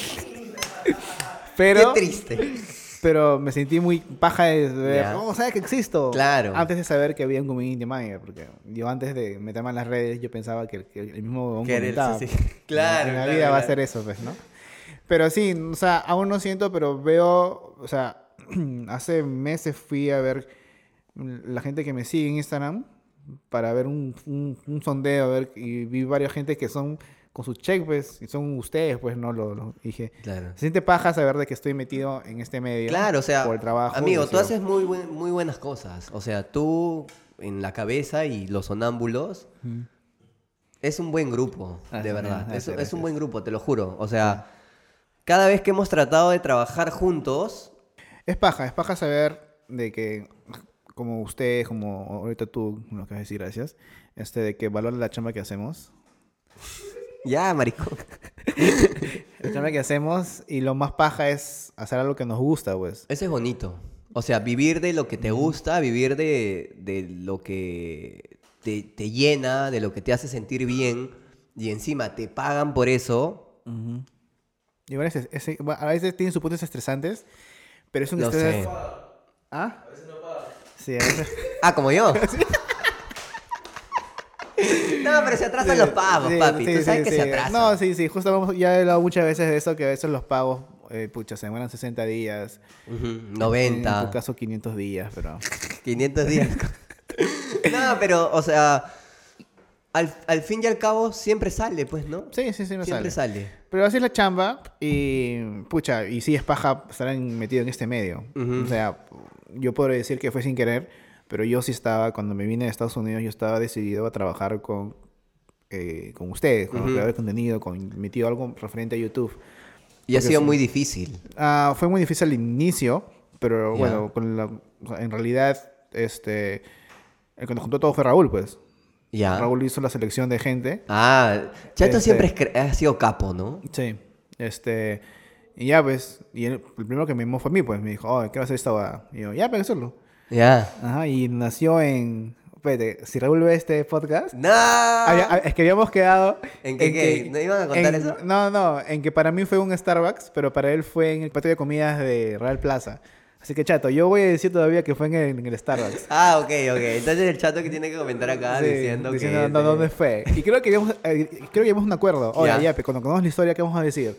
A: Pero,
B: Qué triste.
A: pero me sentí muy paja de ver,
B: Ya.
A: "Oh, ¿sabes que existo?
B: Claro.
A: Antes de saber que había un community manager. Porque yo antes de meterme en las redes, yo pensaba que, que el mismo huevón
B: Que era el-
A: comentaba.
B: sí, sí. Claro,
A: En la
B: claro,
A: vida va a
B: claro.
A: ser eso, pues, ¿no? Pero sí, o sea, aún no siento, pero veo, o sea, hace meses fui a ver la gente que me sigue en Instagram para ver un, un- un sondeo, a ver, y vi varias gente que son con sus check, pues, y son ustedes, pues, ¿no? Lo, lo- dije,
B: Claro.
A: se siente paja saber de que estoy metido en este medio.
B: Claro, o sea,
A: por el trabajo.
B: amigo,
A: y
B: tú
A: decía,
B: haces muy, buen- muy buenas cosas. O sea, tú en la cabeza y los sonámbulos es un buen grupo, de
A: Gracias,
B: verdad.
A: gracias,
B: Es, es
A: gracias.
B: un buen grupo, te lo juro. O sea, cada vez que hemos tratado de trabajar juntos,
A: Es paja, es paja saber de que, como ustedes, como ahorita tú, lo que vas a decir, gracias, este, de que valora la chamba que hacemos.
B: ya, maricón. Mm.
A: La chamba que hacemos y lo más paja es hacer algo que nos gusta, pues.
B: Eso es bonito. O sea, vivir de lo que te gusta, vivir de, de lo que te, te llena, de lo que te hace sentir bien y encima te pagan por eso.
A: Y bueno, ese- ese- bueno, a veces tienen sus puntos estresantes, pero es un
B: Lo
A: estrés...
B: sé.
A: ¿Ah? Sí, a veces...
B: Ah, como yo. no, pero se atrasan los pagos,
A: Sí,
B: papi.
A: sí,
B: Tú sabes
A: sí,
B: que
A: sí.
B: se atrasan.
A: No, sí, sí, justo vamos- ya he hablado muchas veces de eso, que a veces los pagos, eh, pucha, se demoran 60 días.
B: Ujú,
A: En tu
B: 90,
A: caso, 500 días, pero...
B: 500 días. no, pero, o sea, al, al fin y al cabo siempre sale, pues, ¿no?
A: Sí, sí, sí, me sale.
B: siempre sale.
A: Pero así es la chamba y pucha, y sí es paja estar en- metido en este medio. O sea, yo podría decir que fue sin querer, pero yo sí estaba, cuando me vine de Estados Unidos, yo estaba decidido a trabajar con, eh, con ustedes, con los creadores de contenido, con mi tío, algo referente a YouTube.
B: Y ha sido muy difícil.
A: Ah, fue muy difícil al inicio, pero
B: Ya.
A: bueno, con la- o sea, en realidad, este, el que nos juntó todo fue Raúl, pues.
B: Ya.
A: Raúl hizo la selección de gente.
B: Ah, Chato
A: Este-
B: siempre es cre- ha sido capo, ¿no?
A: Sí. Este. Y ya, pues. Y el, el primero que me llamó fue a mí, pues. Me dijo, oh, ¿qué vas a hacer esta boda? Y yo, ya, pero hacerlo.
B: Ya.
A: Ajá. Y nació en. Espérate, si Raúl ve este podcast.
B: ¡No!
A: había- hab- es que habíamos quedado.
B: Ah. ¿En qué- qué? ¿No iban a contar
A: en-
B: eso?
A: No, no. En que para mí fue un Starbucks, pero para él fue en el patio de comidas de Real Plaza. Así que, chato, yo voy a decir todavía que fue en el, en el Starbucks.
B: Ah, ok, ok. Entonces el chato que tiene que comentar acá
A: Sí,
B: diciendo, que...
A: no, dónde fue. Y creo que llegamos, eh, creo que llegamos a un acuerdo. Ahora,
B: Ya.
A: ya, pero cuando conozcamos la historia, ¿qué vamos a decir?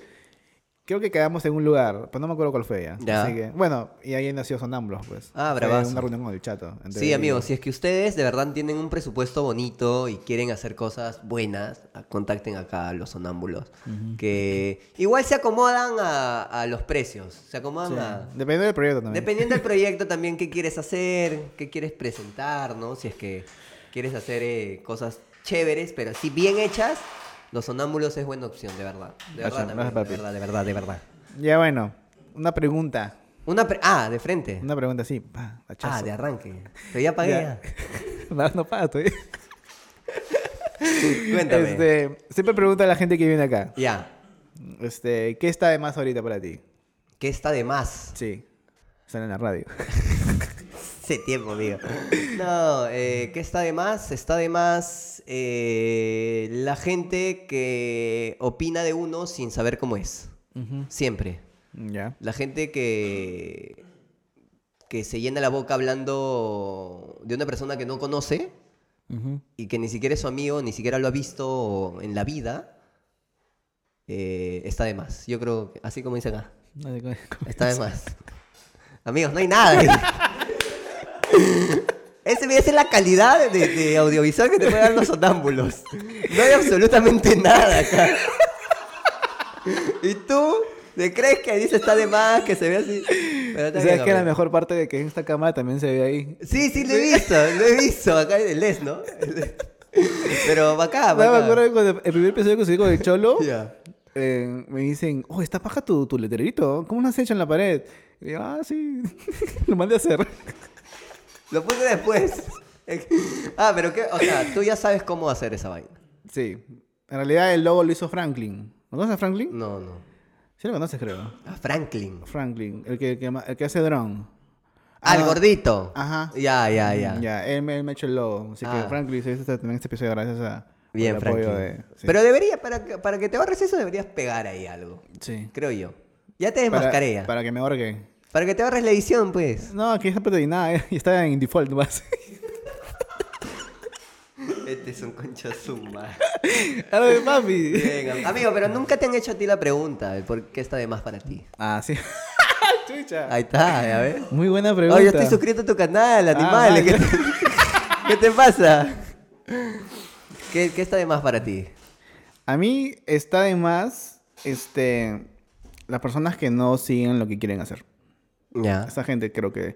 A: Creo que quedamos en un lugar, pero no me acuerdo cuál fue ya.
B: Ya.
A: Así que, bueno, y ahí nació Sonámbulos, pues.
B: Ah,
A: Fue
B: bravazo.
A: Una reunión con el chato. entre él
B: Sí,
A: y-
B: amigos, si es que ustedes de verdad tienen un presupuesto bonito y quieren hacer cosas buenas, a- contacten acá a los sonámbulos. Que igual se acomodan a, a los precios. Se acomodan a.
A: Depende del proyecto también.
B: Dependiendo del proyecto también, qué quieres hacer, qué quieres presentar, ¿no? Si es que quieres hacer eh, cosas chéveres, pero si bien hechas, los sonámbulos es buena opción, de verdad. De verdad,
A: Gracias,
B: también,
A: gracias,
B: de
A: papi.
B: verdad, de verdad, de verdad.
A: Ya bueno, una pregunta.
B: Una pre- ah, de frente.
A: Una pregunta así. pa, hachazo.
B: Ah, de arranque. Pero ya pagué.
A: Ya.
B: Ya.
A: no, no paga todavía.
B: Cuéntame.
A: Este, siempre pregunta a la gente que viene acá.
B: Ya.
A: Este, ¿qué está de más ahorita para ti?
B: ¿Qué está de más?
A: Sí. Están en la radio.
B: Hace tiempo, amigo. No, eh, ¿qué está de más? Está de más eh, la gente que opina de uno sin saber cómo es. Siempre.
A: Ya.
B: La gente que, que se llena la boca hablando de una persona que no conoce
A: Ujú.
B: y que ni siquiera es su amigo, ni siquiera lo ha visto en la vida, eh, está de más. Yo creo, que- así como dice acá,
A: No sé cómo-
B: está de más. Amigos, no hay nada. ahí. Ese- Esa es la calidad de, de audiovisual que te pueden dar los sonámbulos. No hay absolutamente nada acá. Y tú te crees que dice está de más, que se ve así. Pero está
A: ¿Sabes
B: bien,
A: que la
B: amigo.
A: mejor parte de que en esta cámara también se ve ahí?
B: Sí, sí, lo he visto, lo he visto. Acá el es, ¿no? Pero acá,
A: No, me acuerdo que cuando el primer episodio que subí con el Cholo,
B: Ya.
A: eh, me dicen, oh, está paja tu, tu letrerito, ¿cómo lo has hecho en la pared? Y digo, ah, sí, lo mandé a hacer.
B: Lo puse después. ah, pero qué, o sea, tú ya sabes cómo hacer esa vaina.
A: Sí, en realidad el logo lo hizo Franklin. ¿Lo conoces a Franklin?
B: No, no.
A: Sí lo conoces, creo.
B: A Franklin.
A: Franklin, el que, el que ma- el que hace drone.
B: Al
A: Ah,
B: gordito.
A: Ajá. Mm,
B: Ya, ya, ya.
A: Ya, él, me- él me ha hecho el logo. Así
B: Ah.
A: que Franklin se hizo este- también este episodio gracias a por
B: Bien,
A: el apoyo
B: Franklin.
A: de... sí.
B: Pero debería, para que, para que te ahorres eso, deberías pegar ahí algo.
A: Sí.
B: Creo yo. Ya te
A: Para,
B: desmascaré ya. Para,
A: para que me ahorque.
B: que te ahorres la edición, pues.
A: No, aquí está patrocinada eh, y está en default nomás.
B: Este es un concha suma.
A: Algo de papi.
B: Bien, am- amigo, pero nunca te han hecho a ti la pregunta de por qué está de más para ti.
A: Ah, sí. Chucha.
B: Ahí está, ya ves.
A: Muy buena pregunta. Ah,
B: Oh, yo estoy suscrito a tu canal, animal.
A: vale.
B: ¿Qué, te, qué te pasa? ¿Qué, qué está de más para ti?
A: A mí está de más este, las personas que no siguen lo que quieren hacer.
B: Ya.
A: Esa gente creo que...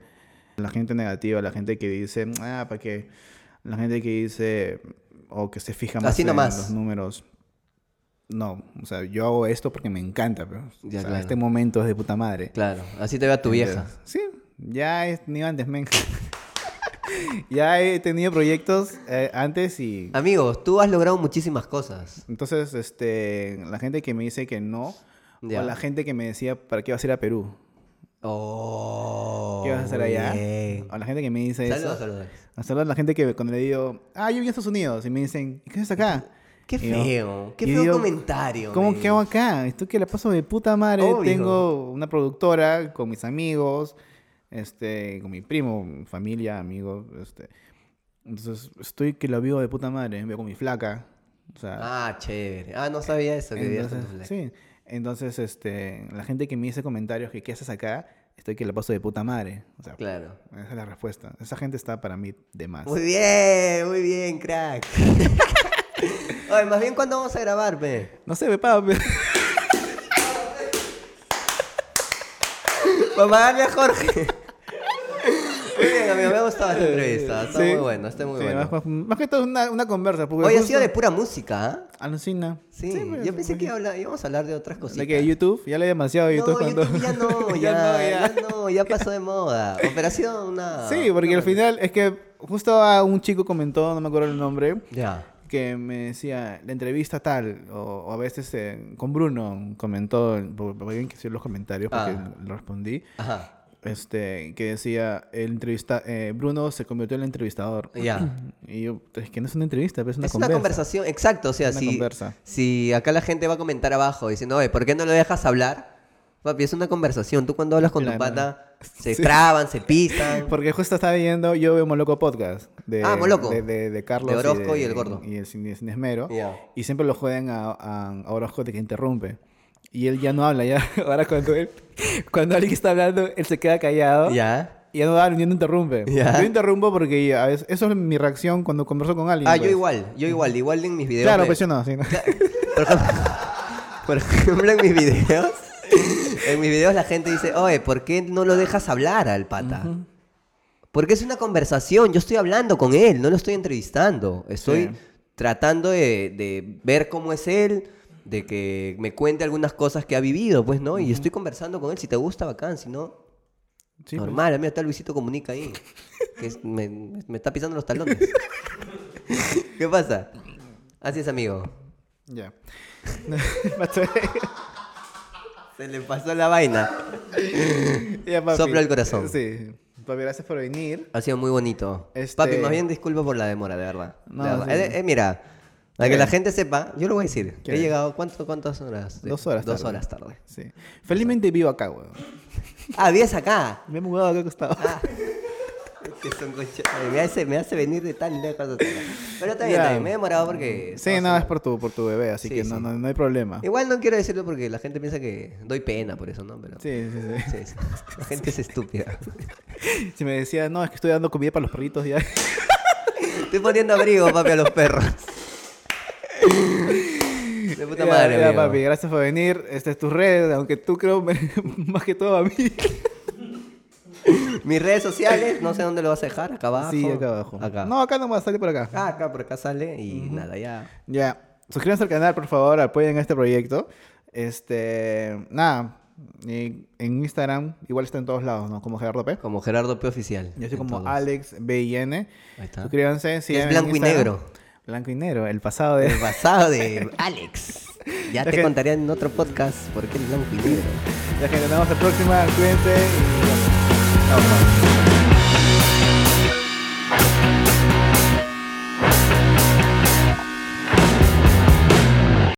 A: La gente negativa, la gente que dice... Ah, ¿para qué? La gente que dice... O que se fija más
B: Así
A: en
B: nomás.
A: los números. No, o sea, yo hago esto porque me encanta. Pero, o
B: Ya,
A: sea,
B: claro.
A: Este momento es de puta madre.
B: Claro, así te ve a tu vieja.
A: Entonces, Sí, ya he tenido antes, men. ya he tenido proyectos eh, antes y...
B: Amigos, tú has logrado muchísimas cosas.
A: Entonces, este, la gente que me dice que no,
B: Ya.
A: o la gente que me decía, ¿para qué vas a ir a Perú?
B: Oh.
A: ¿Qué vas a hacer
B: muy
A: allá?
B: bien.
A: O la gente que me dice
B: Saludos,
A: eso.
B: saludos.
A: A saludos a la gente que cuando le digo, ah, yo vine a Estados Unidos, y me dicen, ¿y qué haces acá?
B: Qué
A: Y yo-
B: feo, qué
A: y
B: feo
A: digo,
B: comentario.
A: ¿Cómo
B: men.
A: que hago acá? Esto que la paso de puta madre.
B: Obvio.
A: Tengo una productora con mis amigos, este, con mi primo, familia, amigos, este. Entonces, estoy que lo vivo de puta madre, veo con mi flaca. O sea,
B: Ah, chévere. Ah, no sabía eso. Que vivías con
A: entonces,
B: tu flaca.
A: sí. Entonces, este, la gente que me dice comentarios que qué haces acá, estoy que la paso de puta madre. O sea,
B: Claro.
A: esa es la respuesta. Esa gente está para mí de más.
B: Muy bien, muy bien, crack. Oye, más bien, ¿cuándo vamos a grabar, pe?
A: No sé, me paga. pe-
B: Papagarle Pues a Jorge. Muy bien, amigo, me ha gustado esta entrevista. Está
A: Sí.
B: muy bueno, está muy
A: Sí,
B: bueno.
A: Más, más- más que todo una, una conversa. porque
B: Hoy ha
A: justo-
B: sido de pura música, ¿ah?
A: Alucina.
B: Sí,
A: pues,
B: yo pensé que
A: imagínate.
B: habla- íbamos a hablar de otras cositas.
A: De que YouTube, ya le he demasiado a YouTube
B: no,
A: cuando.
B: YouTube ya no, ya, ya no, ya, pasó de moda. Operación, una...
A: Sí, porque al final es que justo a un chico comentó, no me acuerdo el nombre,
B: Ya.
A: que me decía la entrevista tal, o, o a veces eh, con Bruno comentó, alguien que hicieron los comentarios porque
B: Ah.
A: lo respondí,
B: Ajá.
A: este, que decía el entrevista, eh, Bruno se convirtió en el entrevistador.
B: Ya.
A: Y yo, es que no es una entrevista, pero es una
B: es
A: conversa.
B: una conversación, exacto. O sea,
A: Una
B: si,
A: conversa.
B: si acá la gente va a comentar abajo diciendo, oye, ¿por qué no lo dejas hablar? Papi, es una conversación. Tú cuando hablas con
A: Claro.
B: tu pata, se
A: Sí.
B: traban, se pisan.
A: Porque justo estaba viendo Yo veo Moloco Podcast. De,
B: Ah, Moloco.
A: De, de- de Carlos.
B: De Orozco y el gordo.
A: Y el sin, sin esmero.
B: Ya.
A: Y siempre lo joden a, a- a Orozco de que interrumpe. Y él ya no habla, ya. Ahora cuando él. Cuando alguien está hablando, él se queda callado.
B: Ya.
A: Y ya no habla, ni no interrumpe.
B: Ya.
A: Yo interrumpo porque a veces, eso es mi reacción cuando converso con alguien.
B: Ah, yo
A: pues.
B: igual, yo igual, igual en mis videos.
A: Claro,
B: me-
A: pues yo no. sí, no.
B: Por ejemplo, por ejemplo, en mis videos, en mis videos la gente dice, oye, ¿por qué no lo dejas hablar al pata? Porque es una conversación, yo estoy hablando con él, no lo estoy entrevistando. Estoy
A: Sí.
B: tratando de, de ver cómo es él, de que me cuente algunas cosas que ha vivido, pues, ¿no? Y estoy conversando con él, si te gusta, bacán, si no,
A: Sí, pues.
B: normal. A mí hasta Luisito comunica ahí, que es- me, me- me está pisando los talones. ¿Qué pasa? Así es, amigo.
A: Ya. Basta.
B: Se le pasó la vaina.
A: ya, papi.
B: Soplo el corazón.
A: Sí. Papi, gracias por venir.
B: Ha sido muy bonito.
A: Este-
B: Papi, más bien disculpa por la demora, de verdad.
A: No,
B: De verdad.
A: sí.
B: Eh, eh, mira, para
A: ¿Qué?
B: que la gente sepa, yo lo voy a decir.
A: ¿Qué?
B: He llegado, ¿cuánto, ¿cuántas horas?
A: Dos horas
B: Dos
A: tarde.
B: horas tarde.
A: Sí. Felizmente vivo acá, weón.
B: Ah, vives acá.
A: Me he mudado acá acostado.
B: Ah. Que son concha- Ay, me, hace, me hace venir de tan lejos. hasta acá. Pero está bien,
A: Ya.
B: está bien, me he demorado porque...
A: Sí, no, es por tu, por tu bebé, así
B: Sí,
A: que
B: sí.
A: No, no, no hay problema.
B: Igual no quiero decirlo porque la gente piensa que doy pena por eso, ¿no? Pero...
A: Sí, sí, sí.
B: Sí, sí. La gente es estúpida.
A: Si me decía, no, es que estoy dando comida para los perritos ya.
B: Estoy poniendo abrigo, papi, a los perros. De puta
A: Ya,
B: madre,
A: ya,
B: amigo.
A: papi, gracias por venir. Esta es tu red, aunque tú creo más que todo a mí.
B: Mis redes sociales, no sé dónde lo vas a dejar, acá abajo.
A: Sí, acá abajo.
B: Acá.
A: No, acá nomás, sale por acá.
B: Acá, acá, por acá sale y nada, ya.
A: Ya. Suscríbanse al canal, por favor, apoyen este proyecto. Este, nada, en, en Instagram igual está en todos lados, ¿no? Como Gerardo P.
B: Como Gerardo P. Oficial.
A: Yo
B: en
A: soy como
B: todos.
A: Alex B y N.
B: Ahí está.
A: Suscríbanse. síganme en
B: blanco y
A: Instagram.
B: negro.
A: Blanco y negro, el pasado de...
B: El pasado de Alex. Ya
A: La
B: te
A: gente-
B: contaré en otro podcast por qué el blanco y negro.
A: La gente, nos vemos la próxima. Cuídense. y-
B: Chao, chao.